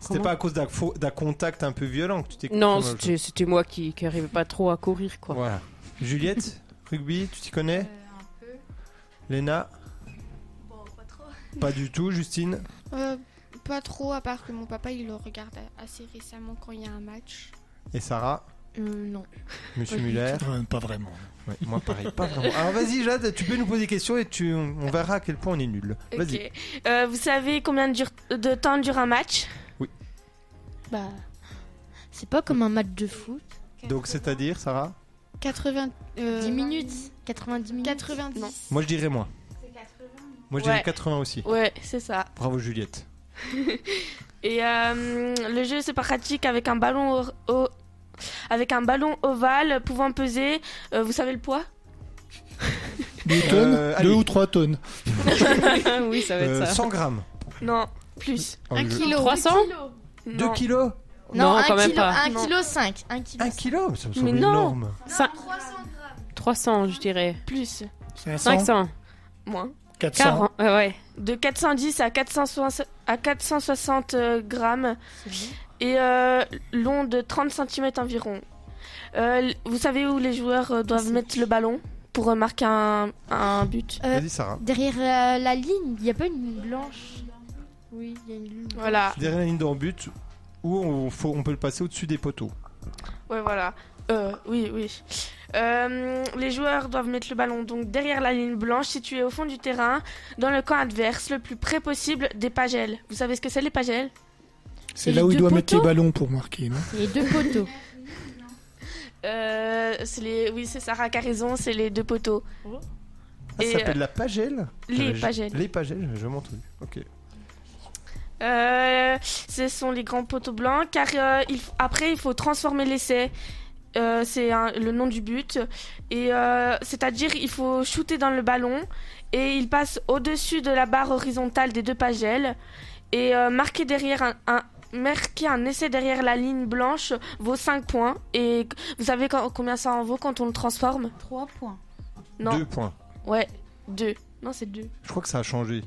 C'était
Comment
pas à cause d'un faux- d'un contact un peu violent que tu t'es
Non,
fait mal au
c'était c'était moi qui, qui arrivais pas trop à courir, quoi.
Voilà. Juliette, rugby, tu t'y connais Léna Pas du tout, Justine
Euh, pas trop, à part que mon papa, il le regarde assez récemment quand il y a un match.
Et Sarah
non.
Monsieur Muller
Pas vraiment.
moi pareil, pas vraiment. Alors vas-y Jade, tu peux nous poser des questions et tu, on on verra à quel point on est nul. Vas-y.
Ok. Euh, vous savez combien de, dure- de temps dure un match
Bah, c'est pas comme un match de foot.
Donc c'est-à-dire Sarah
80. 10 minutes 90 minutes 90.
Moi je dirais moins. Moi je dirais
Ouais.
80 aussi.
Ouais, c'est ça.
Bravo Juliette.
Et euh, le jeu se pratique avec un ballon au- au- avec un ballon ovale pouvant peser, euh, vous savez le poids
Deux tonnes
Euh, allez.
Deux ou trois tonnes
Oui, ça va
Euh, 100 grammes.
Non, plus.
Oh, Un je- kilo.
300
2
Non.
kilos
Non, quand même pas.
1
Non.
kilo
5. 1 kilo.
1 kilo Mais ça me
Mais
semble
non.
énorme.
Cin- 300, je dirais.
Plus.
500. 500.
Moins.
400. 40, euh, ouais.
De 410 à 460, à 460 euh, grammes et euh, long de 30 cm environ. Euh, l- vous savez où les joueurs euh, doivent mettre le ballon pour euh, marquer un, un but
Euh, Vas-y, Sarah.
Derrière euh, la ligne, il n'y a pas une ligne blanche Oui, il y a une ligne blanche.
Voilà.
Derrière la ligne d'en but, où on, faut- on peut le passer au-dessus des poteaux.
Ouais, voilà. Euh, oui, oui. Euh, les joueurs doivent mettre le ballon donc derrière la ligne blanche située au fond du terrain, dans le camp adverse, le plus près possible des pagelles. Vous savez ce que c'est les pagelles
C'est
Et
là
les
où il
deux
doit mettre les
poteaux
ballons pour marquer, non
Les deux poteaux. euh, c'est les... Oui, c'est Sarah qui a raison, c'est les deux poteaux.
Ah,
Et,
ça s'appelle
euh,
la pagelle
les
J'avais-
pagelles.
Les pagelles, j'ai jamais entendu. Ok.
Euh, ce sont les grands poteaux blancs, car euh, il f- après il faut transformer l'essai. Euh, c'est un- le nom du but. Et euh, c'est-à-dire il faut shooter dans le ballon et il passe au-dessus de la barre horizontale des deux pagelles et euh, marquer derrière un, un- marquer un essai derrière la ligne blanche vaut 5 points. Et vous savez quand- combien ça en vaut quand on le transforme
3 points.
Non.
Deux points.
Ouais, 2. Non, c'est 2.
Je crois que ça a changé.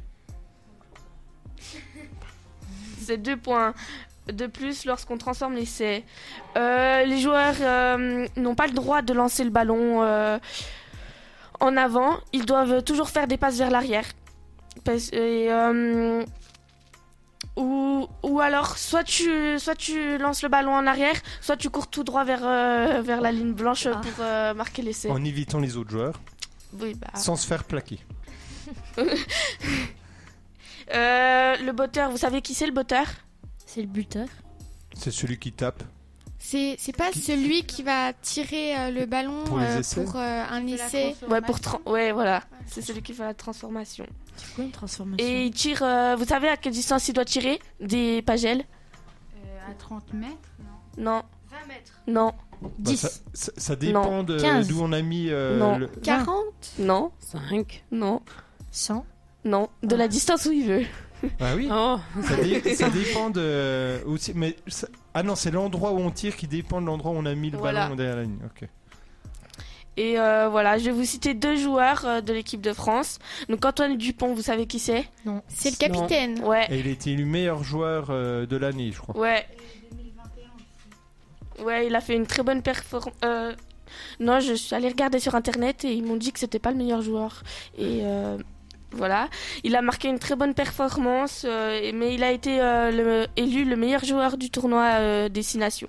C'est 2 points de plus lorsqu'on transforme l'essai. Euh, les joueurs euh, n'ont pas le droit de lancer le ballon euh, en avant. Ils doivent toujours faire des passes vers l'arrière. Parce- et, euh, ou, ou alors, soit tu, soit tu lances le ballon en arrière, soit tu cours tout droit vers, euh, vers la ligne blanche
Ah.
pour euh, marquer l'essai.
En évitant les autres joueurs.
Oui, bah.
Sans se faire plaquer.
Euh, le botteur, vous savez qui c'est le botteur
C'est le buteur.
C'est celui qui tape.
C'est c'est pas celui qui va tirer euh, le ballon
Pour les
euh,
essais
pour, euh, un essai.
Ouais, pour tran- ouais, voilà. Ah, C'est celui qui fait la transformation.
C'est quoi une transformation
Et il tire, euh, vous savez à quelle distance il doit tirer Des pagels
Euh, À 30 mètres
Non.
20 mètres.
Non.
Bah, ça, ça- ça dépend
Non.
de-
15.
d'où on a mis euh,
non.
le-
40 Non. 5 Non. 100 Non. De la distance où il veut.
Ah oui
Oh.
ça, dé- ça dépend de. Aussi, mais ça- Ah non, c'est l'endroit où on tire qui dépend de l'endroit où on a mis le
Voilà.
ballon derrière la ligne. Ok.
Et euh, voilà, je vais vous citer deux joueurs euh, de l'équipe de France. Donc Antoine Dupont, vous savez qui c'est
Non.
C'est le
capitaine.
Ouais.
Et il était élu meilleur joueur euh, de l'année, je crois.
Ouais. Ouais, il a fait une très bonne performance. Non, je suis allée regarder sur internet et ils m'ont dit que c'était pas le meilleur joueur. Et euh, voilà, il a marqué une très bonne performance, euh, et- mais il a été euh, le- élu le meilleur joueur du tournoi euh, Destination.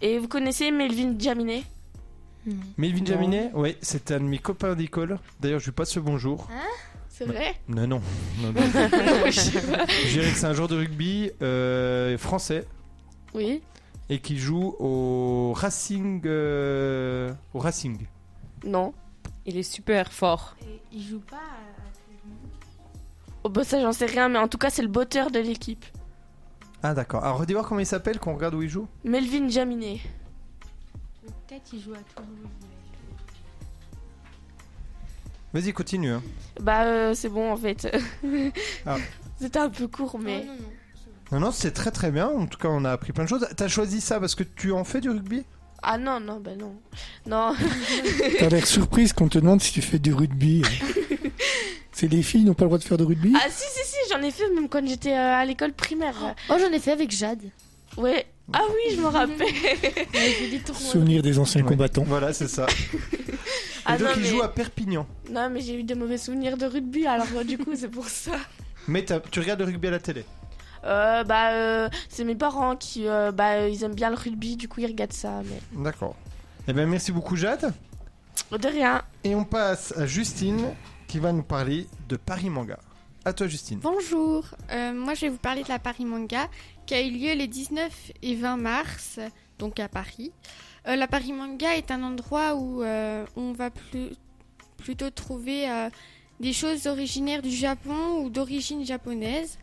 Et vous connaissez Melvin Jaminet
Melvin
Non.
Jaminet Oui, c'était un de mes copains d'école. D'ailleurs, je lui passe le bonjour.
Hein C'est
Bah,
vrai
Non, non. non, non. je dirais que c'est un joueur de rugby euh, français
Oui.
et qui joue au Racing. euh, au Racing.
Non.
Il est super fort.
Il joue pas
Oh bah ça j'en sais rien, mais en tout cas c'est le botteur de l'équipe.
Ah, d'accord. Alors, redis voir comment il s'appelle, qu'on regarde où il joue.
Melvin Jaminet.
Peut-être il joue à Toulouse.
Vas-y, continue. hein.
Bah euh, c'est bon en fait.
Ah.
C'était un peu court mais...
Non, non, c'est très très bien. En tout cas, on a appris plein de choses. T'as choisi ça parce que tu en fais du rugby
Ah non, non, bah non. Non.
T'as l'air surprise qu'on te demande si tu fais du rugby. C'est les filles n'ont pas le droit de faire de rugby
ah si, si, si, j'en ai fait même quand j'étais euh, à l'école primaire.
Oh, j'en ai fait avec Jade.
Ouais. Ah oui, je me rappelle.
Souvenir des anciens combattants.
Voilà, c'est ça.
Ah
Et donc,
non,
il
mais-
joue à Perpignan.
Non, mais j'ai eu des mauvais souvenirs de rugby, alors euh, du coup, c'est pour ça.
Mais t'as- tu regardes le rugby à la télé.
Euh, bah, euh, c'est mes parents qui, euh, bah, euh, ils aiment bien le rugby, du coup, ils regardent ça. Mais...
D'accord. Eh bien, merci beaucoup, Jade.
De rien.
Et on passe à Justine qui va nous parler de Paris Manga. À toi, Justine.
Bonjour, euh, moi je vais vous parler de la Paris Manga qui a eu lieu les 19 et 20 mars, donc à Paris. Euh, la Paris Manga est un endroit où euh, on va plus- plutôt trouver euh, des choses originaires du Japon ou d'origine japonaise.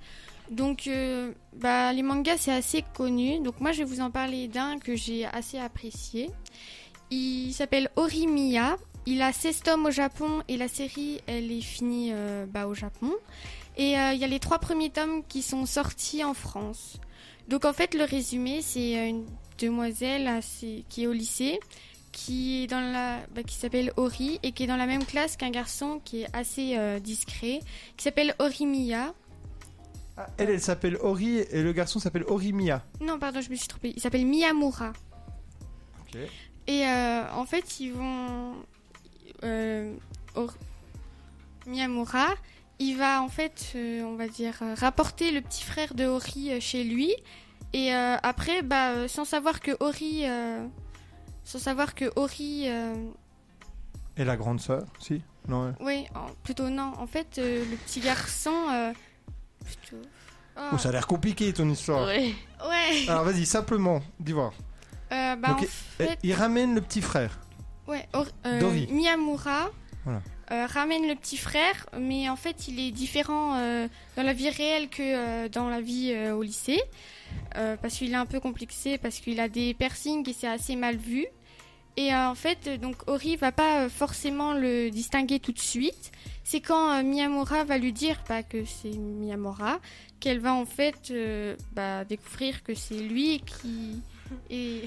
Donc euh, bah, les mangas c'est assez connu, donc moi je vais vous en parler d'un que j'ai assez apprécié. Il s'appelle Orimiya. Il a 16 tomes au Japon et la série, elle est finie euh, bah, au Japon. Et euh, il y a les trois premiers tomes qui sont sortis en France. Donc en fait, le résumé, c'est euh, une demoiselle assez- qui est au lycée, qui est dans la, bah, qui s'appelle Ori et qui est dans la même classe qu'un garçon qui est assez euh, discret, qui s'appelle Orimiya.
Elle, elle s'appelle Ori et le garçon s'appelle Orimiya.
Non, pardon, je me suis trompée. Il s'appelle Miyamura.
Ok.
Et euh, en fait, ils vont. euh, au- Miyamura, il va en fait, euh, on va dire, euh, rapporter le petit frère de Ori euh, chez lui. Et euh, après, bah, euh, sans savoir que Ori. euh, sans savoir que Ori. euh,
Et la grande sœur, si Non. elle-
oui, en- plutôt non. En fait, euh, le petit garçon. euh, plutôt. Ah.
Oh, ça a l'air compliqué ton histoire.
Ouais. Ouais.
Alors vas-y, simplement, dis voir.
Euh, bah,
Donc,
en
il- eh,
fait-
il ramène le petit frère.
Ouais, Or- euh,
Eh, Dory.
Miyamura
Voilà.
euh, ramène le petit frère, mais en fait, il est différent euh, dans la vie réelle que euh, dans la vie euh, au lycée. Euh, parce qu'il est un peu complexé, parce qu'il a des piercings et c'est assez mal vu. Et euh, en fait, euh, donc Ori va pas euh, forcément le distinguer tout de suite. C'est quand euh, Miyamura va lui dire pas que c'est Miyamura qu'elle va en fait euh, bah, découvrir que c'est lui qui et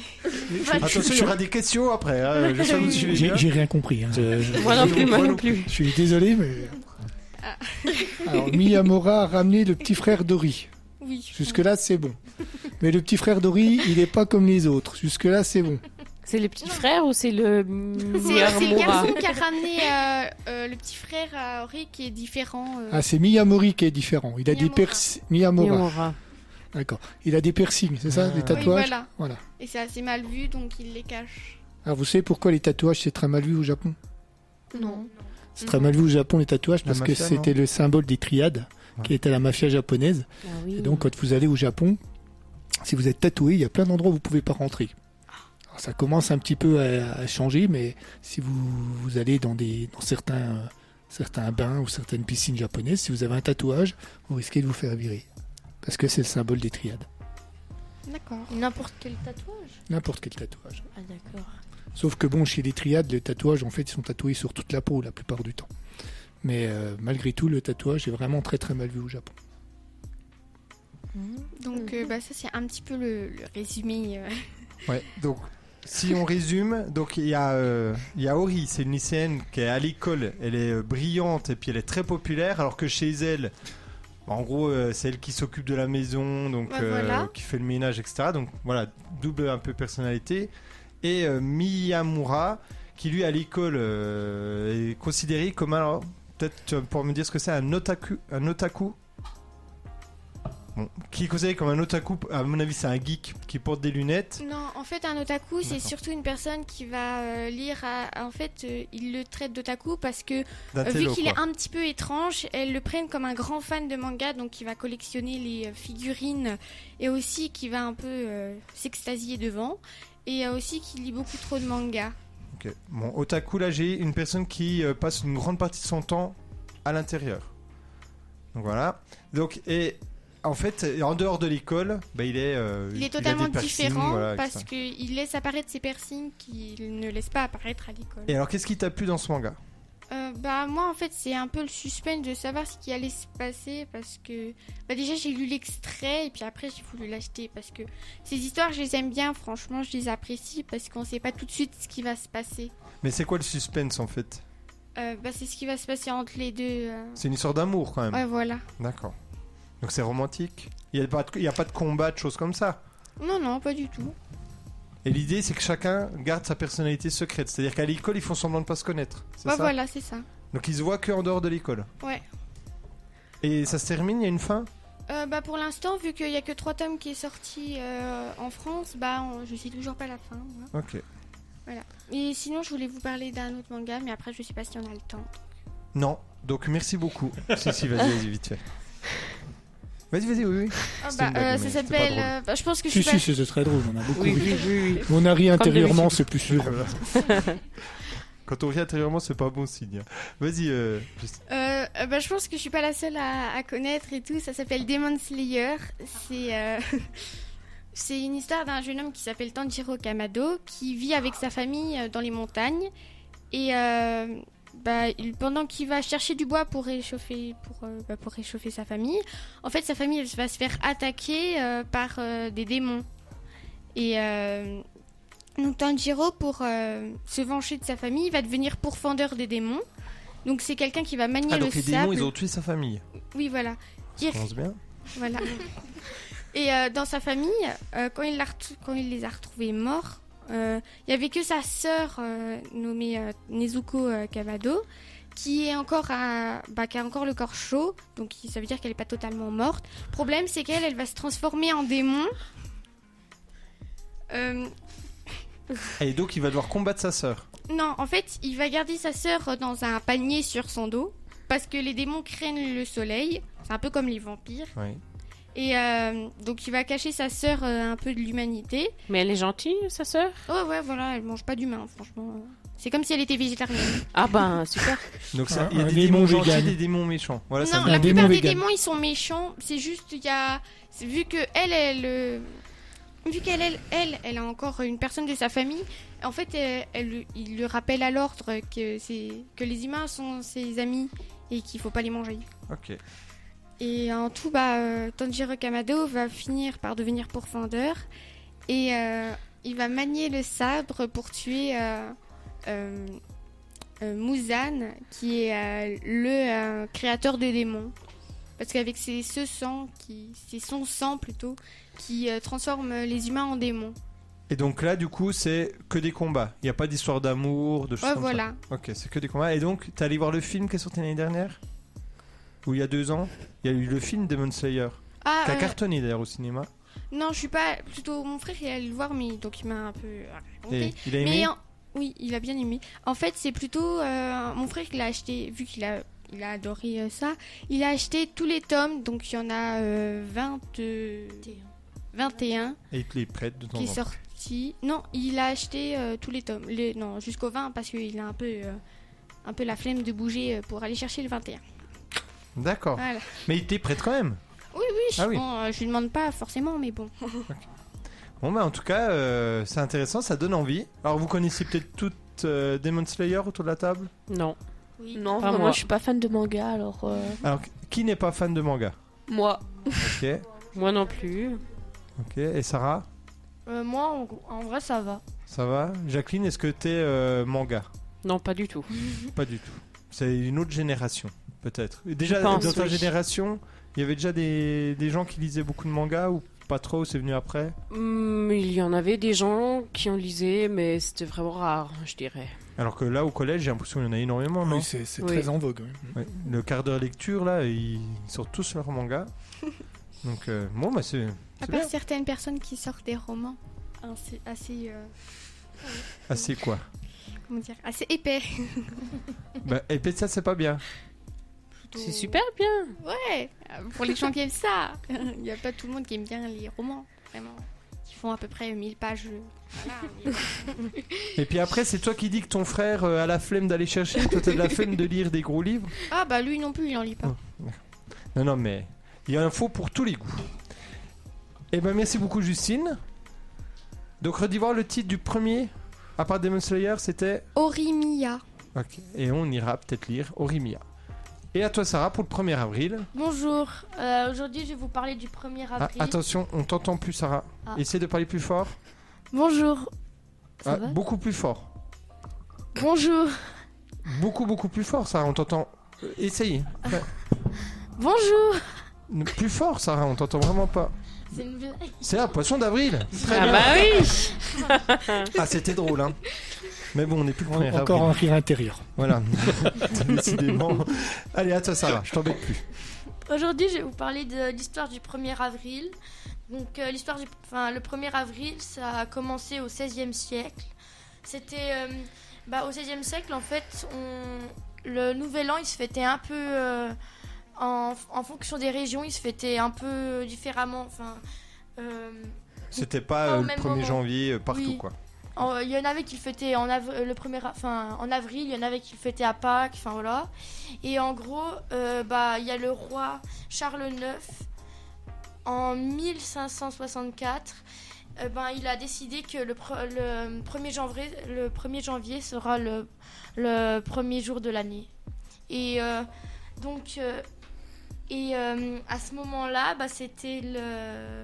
Attention, il y aura des questions après. hein, j'espère que vous suivez
J'ai
bien.
j'ai rien compris. hein. Je- je-
Moi non
je-
plus, moi non
Je suis désolé, mais. Alors, Miyamura a ramené le petit frère d'Ori.
Oui.
Jusque-là, c'est bon. Mais le petit frère d'Ori, il n'est pas comme les autres. Jusque-là, c'est bon.
C'est le petit frère ou c'est le.
C'est c'est le
Miyamura
garçon qui a ramené euh, euh, le petit frère à Ori qui est différent. euh.
Ah, c'est Miyamori qui est différent. Il a des piercings. Miyamura.
Miyamura.
D'accord. Il a des piercings, c'est
Euh,
ça Des
Oui,
tatouages
voilà. Et c'est assez mal vu, donc il les cache.
Alors, vous savez pourquoi les tatouages, c'est très mal vu au Japon
Non.
C'est très mal vu au Japon les tatouages
Mhm. La
parce que
mafia, non
c'était le symbole des triades qui était la mafia japonaise.
Ah oui.
Et donc quand vous allez au Japon, si vous êtes tatoué, il y a plein d'endroits où vous pouvez pas rentrer. Alors, ça commence un petit peu à, à changer, mais si vous, vous allez dans des dans certains euh, certains bains ou certaines piscines japonaises, si vous avez un tatouage, vous risquez de vous faire virer parce que c'est le symbole des triades.
D'accord.
N'importe quel tatouage.
N'importe quel tatouage.
Ah d'accord.
Sauf que bon, chez les triades, les tatouages, en fait, ils sont tatoués sur toute la peau la plupart du temps. Mais euh, malgré tout, le tatouage est vraiment très très mal vu au Japon.
Donc euh, bah, ça c'est un petit peu le, le résumé. euh.
Ouais, donc si on résume, donc il y a euh, il y a Ori, c'est une lycéenne qui est à l'école, elle est euh, brillante et puis elle est très populaire, alors que chez elle, bah, en gros, euh, c'est elle qui s'occupe de la maison, donc
Bah,
euh,
voilà.
qui fait le ménage, etc. Donc voilà, double un peu personnalité. Et euh, Miyamura, qui lui à l'école euh, est considéré comme alors peut-être tu vas pouvoir me dire ce que c'est un otaku, un otaku Bon, qui est considéré comme un otaku, à mon avis, c'est un geek qui porte des lunettes.
Non, en fait un otaku c'est
D'accord.
surtout une personne qui va euh, lire. à- en fait, euh, il le traite d'otaku parce que
D'un
euh, vu
télo,
qu'il
quoi.
est un petit peu étrange, elles le prennent comme un grand fan de manga, donc il va collectionner les euh, figurines et aussi qui va un peu euh, s'extasier devant et euh, aussi qui lit beaucoup trop de mangas.
Ok. Bon, otaku, là, j'ai une personne qui euh, passe une grande partie de son temps à l'intérieur. Donc voilà. Donc, et en fait, en dehors de l'école, bah, il est. euh,
Il
a
est
des
totalement
piercings,
différent
voilà,
parce
etc.
qu'il laisse apparaître ses piercings qu'il ne laisse pas apparaître à l'école.
Et alors, qu'est-ce qui t'a plu dans ce manga
Euh, bah moi en fait c'est un peu le suspense de savoir ce qui allait se passer parce que bah déjà j'ai lu l'extrait et puis après j'ai voulu l'acheter parce que ces histoires je les aime bien franchement je les apprécie parce qu'on sait pas tout de suite ce qui va se passer.
Mais c'est quoi le suspense en fait
Euh, bah c'est ce qui va se passer entre les deux. euh.
C'est une histoire d'amour quand même.
Ouais, voilà.
D'accord. Donc c'est romantique. Il n'y a, pas de- il y a pas de combat, de choses comme ça.
Non non pas du tout.
Et l'idée, c'est que chacun garde sa personnalité secrète. C'est-à-dire qu'à l'école, ils font semblant de pas se connaître. C'est
Bah
ça
voilà c'est ça.
Donc ils se voient que en dehors de l'école.
Ouais.
Et ça se termine, il y a une fin
Euh, bah pour l'instant vu qu'il y a que trois tomes qui est sorti euh, en France bah on- je sais toujours pas la fin. moi.
Ok.
Voilà. Et sinon je voulais vous parler d'un autre manga mais après je sais pas si on a le temps.
Non. Donc merci beaucoup. si, si, vas-y, vas-y, vite fait. Vas-y, vas-y, oui, oui.
Ah
C'était
bah,
une blague, mais
euh, ça
c'était pas
s'appelle.
drôle.
euh, bah, je pense que
Si,
je
si,
suis
c'est c'est très drôle, on a beaucoup
Oui,
ri.
oui, oui, oui.
On a ri
Comme
intérieurement,
d'habitude.
c'est plus sûr.
Quand on rit intérieurement, c'est pas bon signe. hein. Vas-y, euh, Justine.
pas. euh, euh, bah, je pense que je suis pas la seule à, à connaître et tout. Ça s'appelle Demon Slayer. C'est. euh, C'est une histoire d'un jeune homme qui s'appelle Tanjiro Kamado qui vit avec sa famille euh, dans les montagnes et euh, bah, il- pendant qu'il va chercher du bois pour réchauffer pour, euh, bah, pour réchauffer sa famille, en fait sa famille elle va se faire attaquer euh, par euh, des démons et euh, Donc Tanjiro, pour euh, se venger de sa famille, va devenir pourfendeur des démons. Donc c'est quelqu'un qui va manier
Ah,
le
donc les
sable.
démons, ils ont tué sa famille.
Oui, voilà. Qui-
Je pense bien.
Voilà. Et euh, dans sa famille, euh, quand, il l'a retou- quand il les a retrouvés morts, euh, il y avait que sa sœur euh, nommée euh, Nezuko euh, Kamado qui est encore à- bah, qui a encore le corps chaud, donc qui- ça veut dire qu'elle n'est pas totalement morte. Problème, c'est qu'elle, elle va se transformer en démon. Euh,
Et donc, il va devoir combattre sa sœur.
non, en fait, il va garder sa sœur dans un panier sur son dos parce que les démons craignent le soleil. C'est un peu comme les vampires.
Oui.
Et euh, donc, il va cacher sa sœur euh, un peu de l'humanité.
Mais elle est gentille, sa sœur
Oh ouais, voilà, elle mange pas d'humain, franchement. C'est comme si elle était végétarienne.
Ah ben, super.
Donc, ça,
Un-
il y a
Ah, un
des
démon
démons gentils,
vegan.
des démons méchants. Voilà, ça
non,
me-
la plupart des démons, ils sont méchants. C'est juste, il y a... c'est Vu que elle, elle... euh, vu qu'elle, elle, elle, elle a encore une personne de sa famille, en fait, elle, elle- il lui rappelle à l'ordre que, c'est, que les humains sont ses amis et qu'il faut pas les manger.
Ok.
Et en tout, bah, euh, Tanjiro Kamado va finir par devenir pourfendeur et euh, il va manier le sabre pour tuer euh, euh, euh, Muzan, qui est euh, le euh, créateur des démons. Parce qu'avec ses- ce sang, qui, c'est son sang plutôt, qui euh, transforme les humains en démons.
Et donc là, du coup, c'est que des combats. Il n'y a pas d'histoire d'amour, de choses
Ouais,
comme
voilà.
ça. Ok, c'est que des combats. Et donc, t'es allé voir le film qui est sorti l'année dernière Ou il y a deux ans Il y a eu le film Demon Slayer.
Ah,
qui a
euh,
cartonné d'ailleurs au cinéma.
Non, je suis pas. Plutôt, mon frère est allé le voir, mais donc il m'a un peu raconté.
Et il a aimé
Mais en- Oui, il a bien aimé. En fait, c'est plutôt euh, mon frère qui l'a acheté, vu qu'il a, il a adoré euh, ça. Il a acheté tous les tomes, donc il y en a euh, 20, euh, 21
Et il te les prête de temps
qui est
en temps.
sorti. Non, il a acheté euh, tous les tomes. Les- non, jusqu'au 20 parce qu'il a un peu, euh, un peu la flemme de bouger euh, pour aller chercher le 21.
D'accord.
Voilà.
Mais il te les prête quand même.
Oui, oui, je,
Ah oui.
bon, euh, je lui demande pas forcément, mais bon.
Bon, bah en tout cas, euh, c'est intéressant, ça donne envie. Alors, vous connaissez peut-être toutes euh, Demon Slayer autour de la table
Non. Non,
Pas
vraiment,
moi.
je suis pas fan de manga, alors. euh,
Alors, qui n'est pas fan de manga
Moi.
Ok.
Moi non plus.
Ok. Et Sarah,
Euh, moi, en, en vrai, ça va.
ça va Jacqueline, est-ce que t'es euh, manga
Non, pas du tout.
Mhm.
Pas du tout. C'est une autre génération, peut-être. Déjà,
Je pense,
dans ta
oui.
génération, il y avait déjà des, des gens qui lisaient beaucoup de mangas ou pas trop, c'est venu après
Hum, il y en avait des gens qui en lisaient, mais c'était vraiment rare, je dirais.
Alors que là, au collège, j'ai l'impression qu'il y en a énormément, non
c'est- c'est Oui. très en vogue,
Ouais, Le quart d'heure lecture, là, ils sortent tous leurs mangas. Donc, euh, bon, bah, c'est
À
c'est
part
bien.
certaines personnes qui sortent des romans assez, assez, euh,
assez Ah, quoi
comment dire, assez épais.
bah, Et puis ça, c'est pas bien.
C'est super bien.
Ouais, euh, pour les gens qui aiment ça. Il n'y a pas tout le monde qui aime bien les romans, vraiment. Qui font à peu près 1000 pages. euh, voilà, mais bon.
Et puis après, c'est toi qui dis que ton frère euh, a la flemme d'aller chercher, toi, t'as de la flemme de lire des gros livres.
ah bah lui non plus, il en lit pas.
Non, non, mais il y en faut pour tous les goûts. Eh ben, merci beaucoup, Justine. Donc, redivoir le titre du premier, à part Demon Slayer, c'était.
Orimiya.
Ok. Et on ira peut-être lire Orimia. Et à toi, Sarah, pour le 1er avril.
Bonjour, euh, aujourd'hui je vais vous parler du 1er
Ah,
avril.
attention, on t'entend plus, Sarah.
Ah.
Essaie de parler plus fort.
Bonjour. Ça
Ah,
va
beaucoup plus fort.
Bonjour.
Beaucoup, beaucoup plus fort, Sarah. On t'entend. Euh, Essaye. Ouais.
Bonjour.
N- plus fort, Sarah. On t'entend vraiment pas.
C'est une blague.
C'est un poisson d'avril. Très
Ah
bien.
bah
Ah, c'était drôle, hein. Mais bon, on n'est plus le 1er
Encore un
avril.
rire intérieur.
Voilà. Décidément. Allez, à toi, Sarah. Je t'embête plus.
Aujourd'hui, je vais vous parler de l'histoire du 1er avril. Donc, euh, l'histoire du, enfin, le 1er avril, ça a commencé au 16e siècle. C'était, euh, bah, au 16e siècle, en fait, on, le Nouvel An, il se fêtait un peu euh, en, en fonction des régions, il se fêtait un peu différemment. Enfin, euh,
C'était pas
Pas au
euh, le
même
1er
moment.
janvier euh, partout,
Oui.
quoi.
en- il y en avait qui le fêtaient en, av- euh, le premier, a- enfin, en avril, il y en avait qui le fêtaient à Pâques, enfin voilà. Et en gros, euh, bah, il y a le roi Charles IX en 1564, euh, ben, il a décidé que le, pre- le 1er janvier, le 1er janvier sera le, le premier jour de l'année. Et euh, donc, euh, et, euh, à ce moment-là, bah, c'était le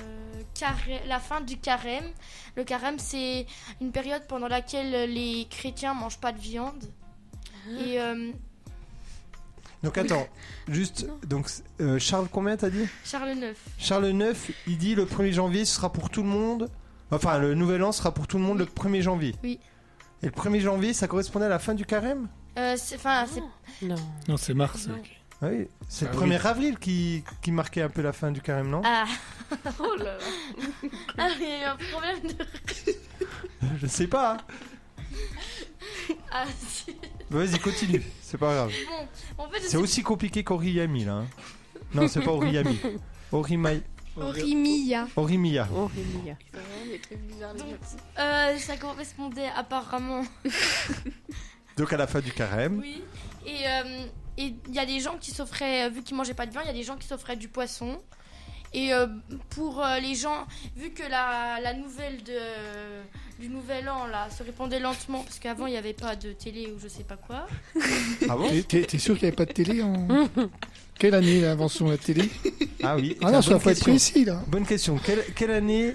carré- la fin du carême. Le carême, c'est une période pendant laquelle les chrétiens mangent pas de viande. Et euh,
Donc, attends. Juste. Donc, euh, Charles, combien t'as dit
Charles IX.
Charles IX, il dit le 1er janvier, ce sera pour tout le monde. Enfin, le nouvel an sera pour tout le monde le 1er janvier.
Oui.
Et le 1er janvier, ça correspondait à la fin du carême
euh, c'est- enfin, c'est-
Non.
Non, c'est
Ah,
Mars. ok.
Oui. C'est
Ah
le
oui.
1er avril qui, qui marquait un peu la fin du carême, non
Ah. oh là Ah, il y a eu un problème de.
Je sais pas. hein.
Ah, si.
Vas-y, continue. C'est pas grave.
Bon, en fait, je
C'est
sais-
aussi compliqué qu'Origami, là. hein. Non, c'est pas Origami. Orimai...
Euh,
Orimiya.
Orimiya.
Oh. Donc, euh, ça correspondait apparemment.
Donc à la fin du carême.
Oui. Et euh, et il y a des gens qui s'offraient, euh, vu qu'ils mangeaient pas de viande, il y a des gens qui s'offraient du poisson. Et euh, pour euh, les gens, vu que la, la nouvelle de, du Nouvel An là, se répandait lentement, parce qu'avant il n'y avait pas de télé ou je sais pas quoi.
Ah bon T'es t'es sûr qu'il n'y avait pas de télé en... Quelle année l'invention de la télé
Ah oui.
Ah non, ça
bonne
faut être
question.
précis, là.
Bonne question. Quelle, quelle année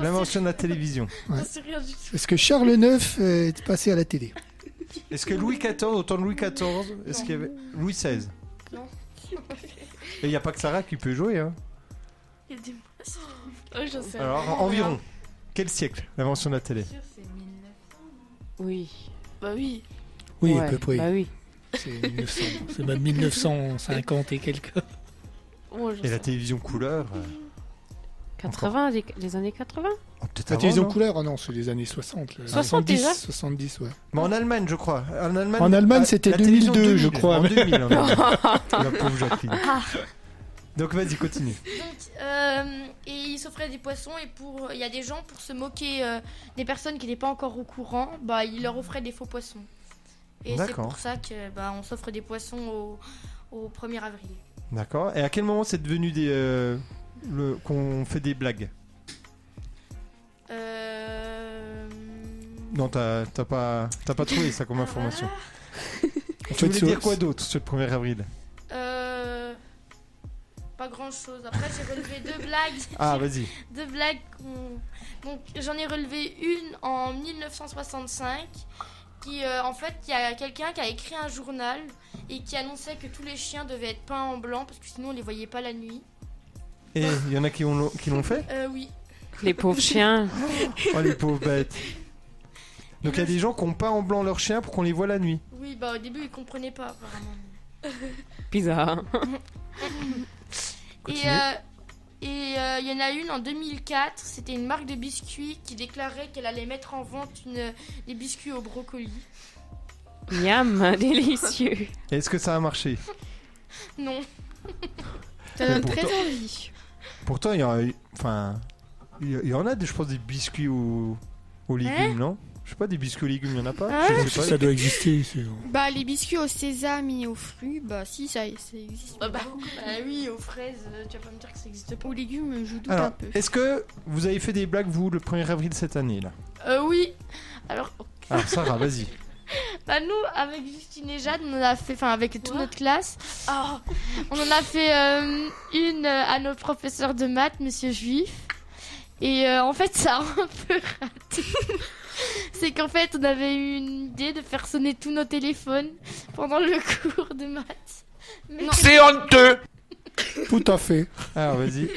l'invention de la télévision
Ouais.
Oh, C'est rien du tout.
Est-ce que Charles IX euh, est passé à la télé
Est-ce que Louis XIV, autant de Louis XIV, est-ce qu'il y avait Louis XVI
Non.
Et il n'y a pas que Sarah qui peut jouer. Hein.
Il y a des Oh, j'en sais rien.
Alors environ. Quel siècle l'invention de la télé
Oui.
Bah oui.
Oui,
Ouais,
à peu près.
bah oui.
C'est 1900, c'est même 1950 et quelques.
Oh,
Et la télévision couleur euh,
80, les, les années 80
peut-être
La
avant,
télévision
non
couleur, ah non, c'est les années 60. là.
60 déjà
70, ouais.
Mais en Allemagne, je crois. En Allemagne,
En Allemagne,
ah,
c'était
la télévision
2002, je
2000,
crois.
En 2000, en Allemagne.
Ah.
La pauvre Jacqueline. Donc vas-y, continue.
Donc, euh, et ils s'offraient des poissons et pour il y a des gens pour se moquer euh, des personnes qui n'étaient pas encore au courant, bah ils leur offraient des faux poissons. Et c'est
D'accord.
pour ça que bah on s'offre des poissons au, au 1er avril.
D'accord. Et à quel moment c'est devenu des euh, le- qu'on fait des blagues
Euh,
Non, t'as t'as pas t'as pas trouvé ça comme information.
En
tu
fait,
voulais
sur-
dire quoi d'autre ce 1er avril
euh, pas grand chose. Après j'ai relevé deux blagues.
Ah, vas-y.
Deux blagues qu'on- Donc j'en ai relevé une en 1965 qui euh, en fait il y a quelqu'un qui a écrit un journal et qui annonçait que tous les chiens devaient être peints en blanc parce que sinon on les voyait pas la nuit.
Et il y en a qui ont- qui l'ont fait
Euh oui.
Les pauvres chiens.
Oh les pauvres bêtes. Donc il y a des gens qui ont peint en blanc leurs chiens pour qu'on les voit la nuit.
Oui, bah au début ils comprenaient pas apparemment.
Bizarre.
Et euh, et, euh, il y en a une en 2004, c'était une marque de biscuits qui déclarait qu'elle allait mettre en vente une, des biscuits au brocoli.
Miam, délicieux.
Est-ce que ça a marché
Non.
Ça donne Mais très pourtant-
envie.
Pourtant, il y en a, eu- enfin, il y- il y en a, des, je pense, des biscuits aux, aux légumes, non Je sais pas, des biscuits aux légumes, il y en a pas
Hein
Je sais pas.
Ça doit exister. c'est-
Bah, les biscuits au sésame et aux fruits, bah si, ça, ça existe.
Bah, oui, aux fraises, euh, tu vas pas me dire que ça existe pas.
Aux légumes, je doute un
Alors,
peu.
est-ce que vous avez fait des blagues, vous, le 1er avril cette année, là
Euh, oui. Alors,
Alors, Sarah, vas-y.
bah, nous, avec Justine et Jade, on en a fait, enfin, avec toute notre classe, Ah, on en a fait euh, une euh, à notre professeur de maths, Monsieur Juif. Et euh, en fait, ça a un peu raté. C'est qu'en fait, on avait eu une idée de faire sonner tous nos téléphones pendant le cours de maths. Mais-
honteux Tout à fait.
Alors, Ah, vas-y.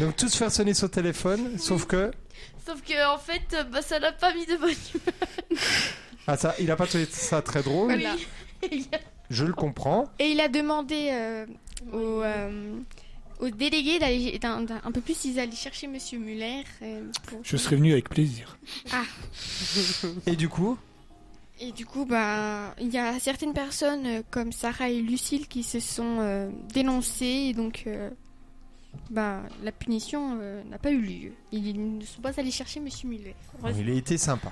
Donc, tous faire sonner son téléphone, sauf que.
Sauf que, en fait, euh, bah, ça l'a pas mis de bonne humeur.
Ah, ça, il a pas trouvé ça très drôle.
Oui.
Je le comprends.
Et il a demandé euh, aux, euh, aux délégués d'aller d'un- d'un- un peu plus, ils allaient chercher Monsieur Muller. euh, pour-
Je serais venu avec plaisir.
Ah.
Et du coup
Et du coup, bah, il y a certaines personnes euh, comme Sarah et Lucille qui se sont euh, dénoncées et donc euh, bah, la punition euh, n'a pas eu lieu. Ils ne sont pas allés chercher Monsieur Muller.
Il a été sympa.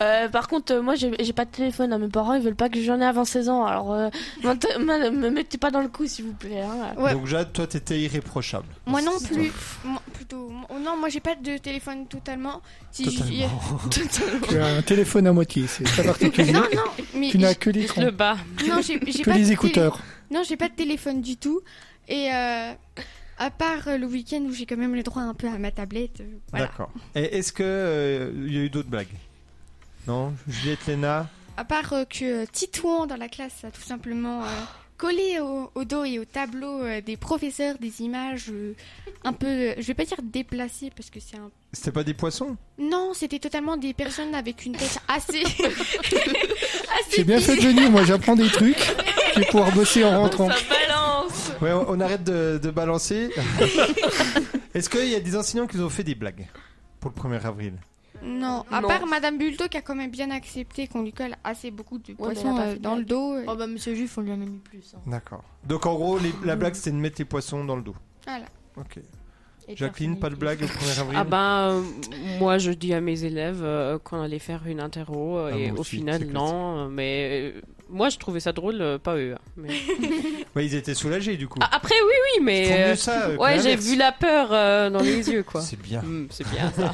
Euh, par contre, euh, moi j'ai j'ai pas de téléphone. hein. Mes parents ils veulent pas que j'en ai avant 16 ans. Alors, euh, m'inte- me me mettez pas dans le coup s'il vous plaît. hein.
Donc, Jade, toi, t'étais irréprochable.
Moi non plus. Moi, plutôt. moi- non, moi j'ai pas de téléphone totalement. Si je-
Tu as un téléphone à moitié, c'est très particulier.
non, non, mais
tu n'as
j-
que l'écran.
Non, j'ai j'ai
Que
pas
les
de télé-
écouteurs.
Non, j'ai pas de téléphone du tout. Et euh, à part euh, le week-end où j'ai quand même le droit un peu à ma tablette. euh, voilà.
D'accord. Et est-ce que euh, il y a eu d'autres blagues Non Juliette Léna
À part euh, que euh, Titouan dans la classe a tout simplement euh, collé au, au dos et au tableau euh, des professeurs des images euh, un peu, euh, je vais pas dire déplacées parce que c'est un.
C'était pas des poissons
Non, c'était totalement des personnes avec une tête assez.
J'ai bien fait de venir, moi j'apprends des trucs. Je vais pouvoir bosser en rentrant.
balance
Ouais, on, on arrête de, de balancer. est-ce qu'il y a des enseignants qui vous ont fait des blagues pour le 1er avril
Non, à
Non.
part Madame Bulto qui a quand même bien accepté qu'on lui colle assez beaucoup de poissons euh, dans le dos.
Oh bah Monsieur Juif, on lui a même mis plus. hein.
D'accord. Donc en gros, les- la blague c'était de mettre les poissons dans le dos.
Voilà.
Ok. Jacqueline, pas de blague le 1er avril
Ah ben, euh, moi je dis à mes élèves euh, qu'on allait faire une interro euh,
Ah,
et
moi
au
aussi,
final
c'est
non, mais euh, moi je trouvais ça drôle, euh, pas eux. hein, mais-
Bah, ils étaient soulagés du coup.
Ah, Après oui oui mais
C'est mieux
euh,
ça, euh, que
ouais j'ai
l'inverse.
vu la peur euh, dans les yeux quoi.
C'est bien.
Mm, c'est bien ça.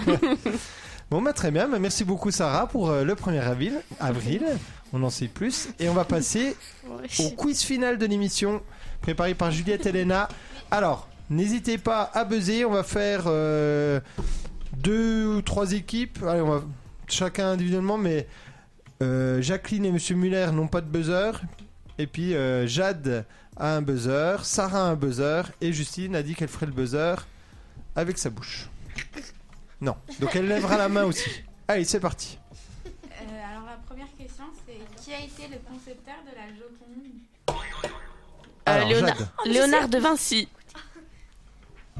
Bon, bah, très bien. Bah, merci beaucoup, Sarah, pour euh, le 1er avril. avril. On en sait plus. Et on va passer au quiz final de l'émission, préparé par Juliette Elena. Alors, n'hésitez pas à buzzer. On va faire euh, deux ou trois équipes. Allez, on va chacun individuellement, mais euh, Jacqueline et Monsieur Muller n'ont pas de buzzer. Et puis euh, Jade a un buzzer, Sarah a un buzzer, et Justine a dit qu'elle ferait le buzzer avec sa bouche. Non. Donc elle lèvera la main aussi. Allez, c'est parti.
Euh, alors la première question, c'est qui a été le concepteur de la Joconde
Alors,
Léonard,
Jade.
Ah,
Léonard de Vinci.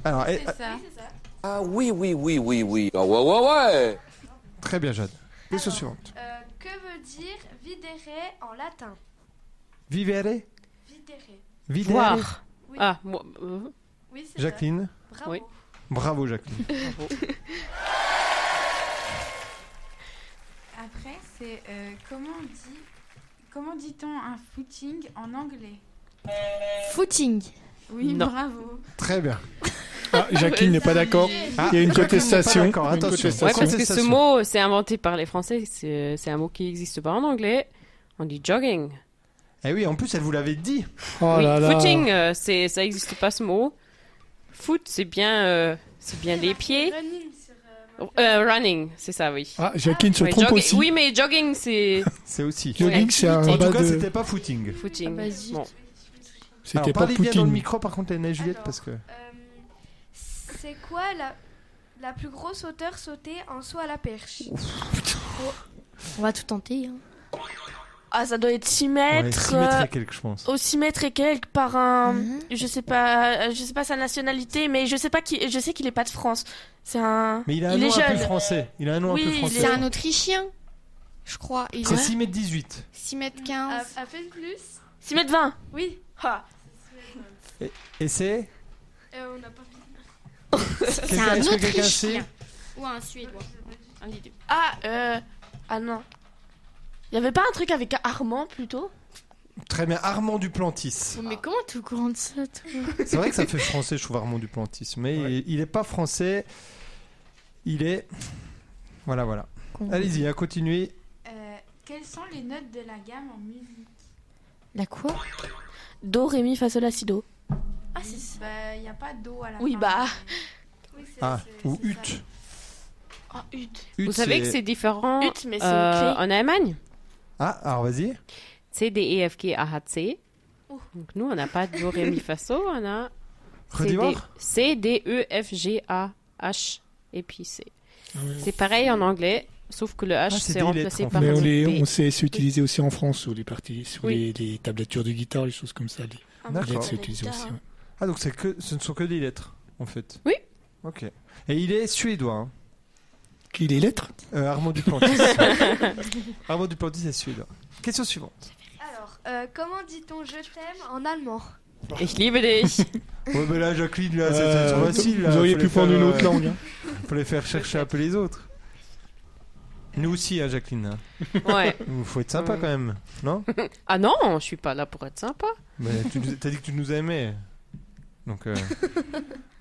Alors, eh,
C'est ça.
Ah oui, oui, oui, oui, oui. Ah ouais, ouais, ouais.
Très bien, Jade. Question suivante.
Euh, que veut dire videre en latin
Vivere
Videre.
Videre
Voir.
Oui.
Ah moi. euh,
Oui, c'est ça.
Jacqueline
Bravo.
Oui.
Bravo, Jacqueline.
Après, c'est euh, comment on dit comment dit-on un footing en anglais
Footing.
Oui,
Non.
bravo.
Très bien.
Ah, Jacqueline
Ah,
n'est pas d'accord.
Ah.
Il y a une contestation.
Jacqueline n'est pas d'accord,
Il y a une
attention.
contestation.
Ouais, parce que ce mot, euh, c'est inventé par les Français, c'est euh, c'est un mot qui n'existe pas en anglais. On dit jogging.
Eh oui, en plus, elle vous l'avait dit.
Oh
Oui, Footing, euh, c'est- ça n'existe pas ce mot. Foot, c'est bien, euh, c'est bien les pieds.
Running,
Euh, running, c'est ça, oui.
Ah, Jacqueline se
Ouais,
trompe
jogging-
aussi.
Oui, mais jogging, c'est
C'est aussi.
Jogging,
Ouais.
c'est un
En
bas
tout cas,
de-
c'était pas footing.
footing.
Ah, bah,
Bon.
C'était
Alors,
pas
parlez bien dans le
footing.
micro, par contre, Léna et Juliette, parce que.
euh, C'est quoi la, la plus grosse hauteur sautée en saut à la perche
On va tout tenter. hein.
Ah, ça doit être 6 mètres.
six mètres et
euh,
quelques, je pense.
Au 6 mètres et quelques par un.
Mhm.
Je sais pas, euh, je sais pas sa nationalité, mais je sais pas qui. Je sais qu'il est pas de France. C'est un.
Mais il a un nom
est
un peu
jeune.
français. Il a un nom
Oui,
un peu
il
français.
est un Autrichien. Je crois. Il
C'est 6 mètres 18.
6 mètres 15.
À peine plus
6 mètres Ah. 20.
Oui.
Et, et c'est
Euh, on n'a pas
Quelqu'un-
un
Est-ce que quelqu'un
Autrichien.
sait
Ou un Suédois. Ah, euh. Ah non. Il y avait pas un truc avec Armand plutôt
Très bien. Armand Duplantis.
Mais comment tu courant de ça
C'est vrai que ça fait français, je trouve Armand Duplantis. Mais il, il est pas français. Il est. Voilà, voilà.
Con-
Allez-y, hein, à continuer.
Euh, quelles sont les notes de la gamme en musique
La quoi Do, Ré, Mi, Fa, Sol, La, Si, Do.
Ah, c'est Bah, il n'y a pas d'eau à la
Oui,
fin. Euh,
bah.
Oui, c'est
Ah, ou Ut.
Ah, Ut.
Vous
Ut,
savez que c'est différent
Ut, mais c'est
euh,
au clé.
en Allemagne.
Ah, alors vas-y.
C, D, E, F, G, A, H, C.
Oh.
Donc nous, on n'a pas de Do, Ré, Mi, Fa, Sol, on a C, D-
Redis-voir.
C, D, E, F, G, A, H et puis C.
Ah ouais.
C'est pareil en anglais, sauf que le H,
Ah, c'est
c'est
des
remplacé
lettres, en
par
Mais on,
un
les-
P.
on sait s'utiliser aussi en France sur les parties, sur
Oui.
les, les tablatures de guitare, les choses comme ça. Les,
Ah,
les lettres s'utilisent aussi. ouais.
Ah, donc c'est que, ce ne sont que des lettres, en fait.
Oui.
Ok. Et il est suédois. hein.
Qui les lettres
Euh, Armand Duplantis. Armand Duplantis est suédois. Question suivante.
Alors, euh, comment dit-on je t'aime en allemand
Ich liebe dich.
Ouais, mais là, Jacqueline, là, c'est-
Euh,
c'est trop facile. là.
vous auriez
Faut
pu
les faire,
prendre une
euh,
autre langue, hein.
Faut les faire chercher un peu les autres. Nous aussi, hein, Jacqueline. hein.
Ouais. Mm.
Il faut être sympa
Ouais.
quand même, non
Ah non, je suis pas là pour être sympa.
Mais tu nous- t'as dit que tu nous aimais. Donc, euh,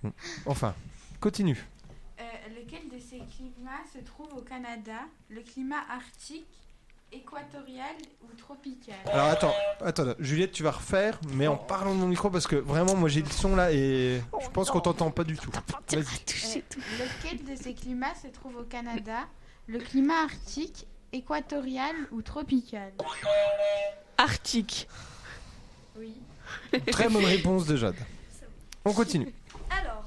bon. enfin, continue.
Euh, lequel de ces climats se trouve au Canada Le climat arctique, équatorial ou tropical
Alors attends, attends, Juliette, tu vas refaire, mais en parlant de mon micro parce que vraiment, moi j'ai le son là et je pense qu'on t'entend pas du tout. Vas-y.
Euh, Lequel de ces climats se trouve au Canada Le climat arctique, équatorial ou tropical
Arctique.
Oui.
Très bonne réponse de Jade. On continue.
Alors,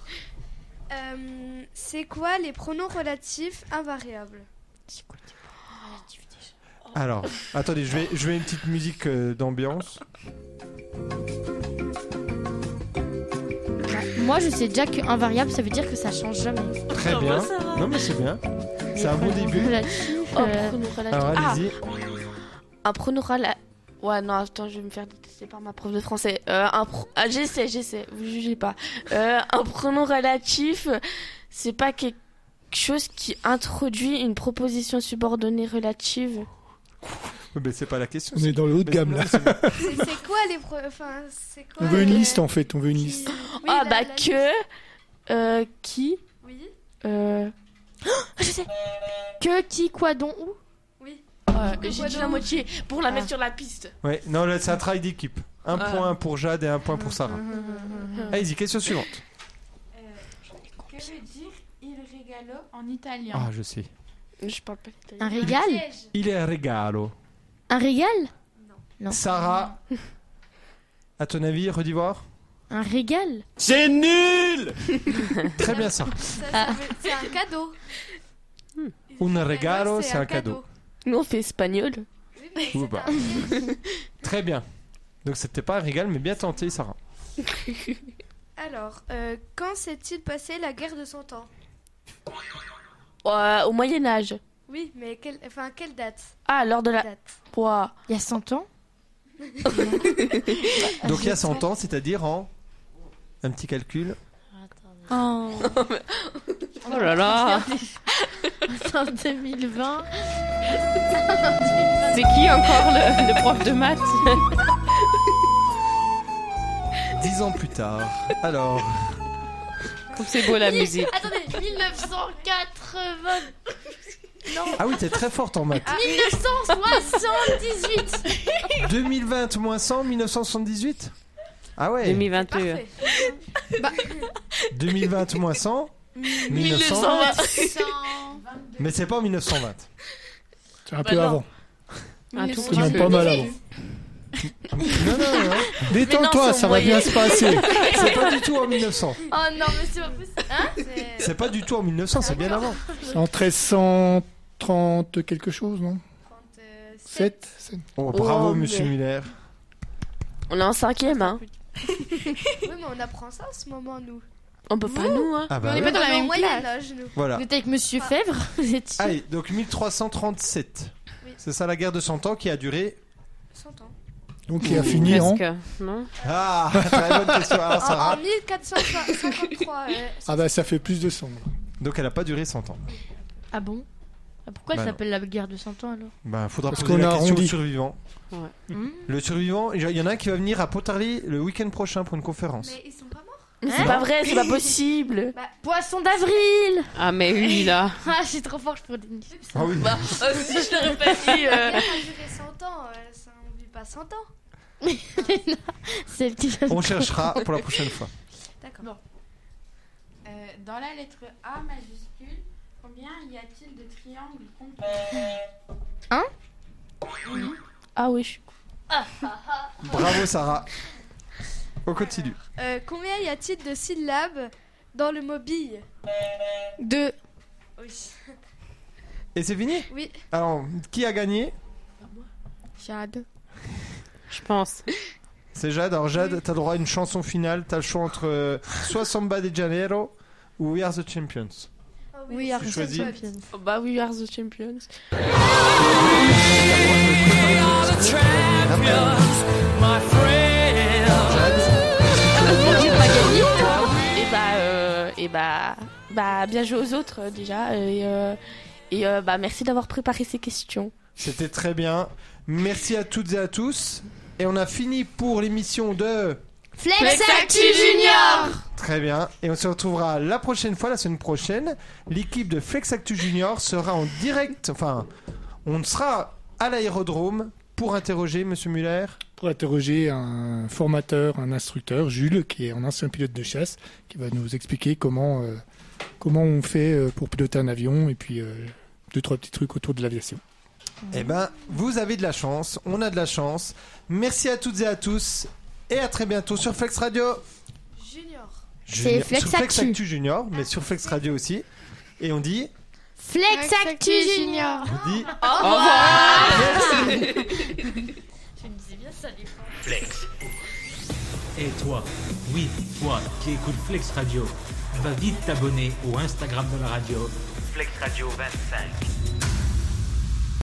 euh, c'est quoi les pronoms relatifs invariables
Alors, attendez, je vais, je vais une petite musique euh, d'ambiance.
Moi, je sais déjà qu'un variable, ça veut dire que ça change jamais.
Très bien. Non mais c'est bien. C'est un bon début.
Relatif,
Oh,
euh,
pronom relatif.
Alors allez-y.
Ah, un pronom rela- Ouais, non, attends, je vais me faire détester par ma prof de français. Euh, un pro... ah, j'essaie, j'essaie, vous jugez pas. Euh, un pronom relatif, c'est pas quelque chose qui introduit une proposition subordonnée relative.
Oh, Mais c'est pas la question.
On est dans le haut de gamme là.
C'est c'est quoi les pro... Enfin, c'est quoi
On veut une
les-
liste en fait, on veut une liste.
Oui,
ah,
la-
bah,
la liste.
que. Euh, qui
Oui.
Euh. je sais
Que, qui, quoi, dont, où
Oui.
Euh, J'ai dit la moitié pour la mettre sur la piste.
Ouais, non, là, c'est un travail d'équipe. Un
Ah.
point pour Jade et un point pour Sarah.
Hum,
Allez-y, question suivante.
Que veut dire il regalo en italien
Ah, je sais.
Je parle pas italien.
Un régal
Il est regalo.
Un régal Non.
Sarah, à ton avis, redis voir
Un régal
C'est nul Très bien, ça.
Ah.
C'est un cadeau.
Un regalo, Eh ben, c'est un cadeau.
Nous, on fait espagnol.
Ou pas. Très bien. Donc c'était pas un régal, mais bien tenté, Sarah.
Alors, euh, quand s'est-il passé la guerre de Cent Ans
Euh, au Moyen-Âge.
Oui, mais quelle, enfin, quelle date
Ah, lors de la. Ouah.
Il y a 100 ans
Donc il y a 100 ans, c'est-à-dire en. Un petit calcul.
Oh,
Oh là
Ah.
là.
C'est en 2020.
C'est qui encore le, le prof de maths
10 ans plus tard. Alors.
Comme c'est beau la
Mille-
musique.
Attendez, 1980. Non.
Ah oui, t'es très forte en
Ah,
maths.
1978.
2020 moins 100, 1978 Ah ouais
2021.
2020 moins 100, 1920. Mais c'est pas en 1920.
C'est un peu avant.
Un tout
C'est même pas mal avant.
Non, non, non.
Détends-toi, ça va bien se passer.
C'est pas du tout en 1900.
Oh non, mais c'est pas possible. Hein C'est-
C'est pas du tout en 1900, c'est bien avant.
C'est en 1330 quelque chose, non
euh,
7
Oh, bravo,
Oh,
monsieur
mais-
Muller.
On est en cinquième, hein.
Oui, mais on apprend ça en ce moment, nous.
On peut pas, nous, hein.
Ah bah
on est
oui.
pas dans la même
classe.
classe. Nous.
Voilà.
Vous êtes avec Monsieur Fèvre Vous êtes sûr
Allez, Ah, donc 1337. C'est ça la guerre de 100 ans qui a duré.
100 ans.
Donc il a fini hein. en.
hein?
non
Ah, très bonne question. Ah,
en, en
Sarah.
1453. euh,
Ah bah ça fait plus de 100.
Donc elle a pas duré 100 ans.
Ah bon Ah, Pourquoi
Bah
elle
non.
s'appelle la guerre de 100 ans alors Hein
Ben, faudra
Parce
poser
qu'on
la
a
question
arrondi.
au survivant. Le survivant, il y en a un qui va venir à Pontarly le week-end prochain pour une conférence.
Ils sont pas morts.
Mais c'est pas vrai, c'est pas possible.
Hein Bah, Poisson d'avril
Ah, mais oui, là.
Ah, je suis trop forte pour des
Ah oui.
Bah, euh, si je l'aurais pas dit.
La
euh,
guerre a duré 100 ans. euh, ça, on vit pas 100 ans.
C'est le petit
On cherchera pour la prochaine fois.
D'accord.
Euh, dans la lettre A majuscule, combien y a-t-il de triangles complets
Hein
Ah oui, je suis.
Bravo Sarah. On continue.
Euh, combien y a-t-il de syllabes dans le mot bille
Deux.
Oui.
Et c'est fini
Oui.
Alors, qui a gagné
Jade.
Je pense.
C'est Jade. Alors Jade, t'as droit à une chanson finale. T'as le choix entre euh, soit Samba de Janeiro ou We Are the Champions.
Oui,
Arthur choisis. Champions.
Bah oui, Are the Champions.
Ah,
J'ai pas gagné. Et bah, euh, et bah, bah, bien joué aux autres euh, déjà. Et, euh, et euh, bah, merci d'avoir préparé ces questions.
C'était très bien. Merci à toutes et à tous. Et on a fini pour l'émission de...
Flex Actu Junior
Très bien. Et on se retrouvera la prochaine fois, la semaine prochaine. L'équipe de Flex Actu Junior sera en direct. Enfin, on sera à l'aérodrome pour interroger Monsieur Muller.
Pour interroger un formateur, un instructeur, Jules, qui est un ancien pilote de chasse, qui va nous expliquer comment, euh, comment on fait euh, pour piloter un avion et puis euh, deux, trois petits trucs autour de l'aviation.
Eh ben, vous avez de la chance. On a de la chance. Merci à toutes et à tous. Et à très bientôt sur Flex Radio.
Junior.
C'est
Junior-
Flex
sur Flex
Actu.
Actu Junior, mais sur Flex Radio aussi. Et on dit.
Flex Actu Junior
On dit. Merci.
Je me disais bien ça les
Flex. Et toi, oui, toi qui écoutes Flex Radio, va vite t'abonner au Instagram de la radio.
Flex Radio 25.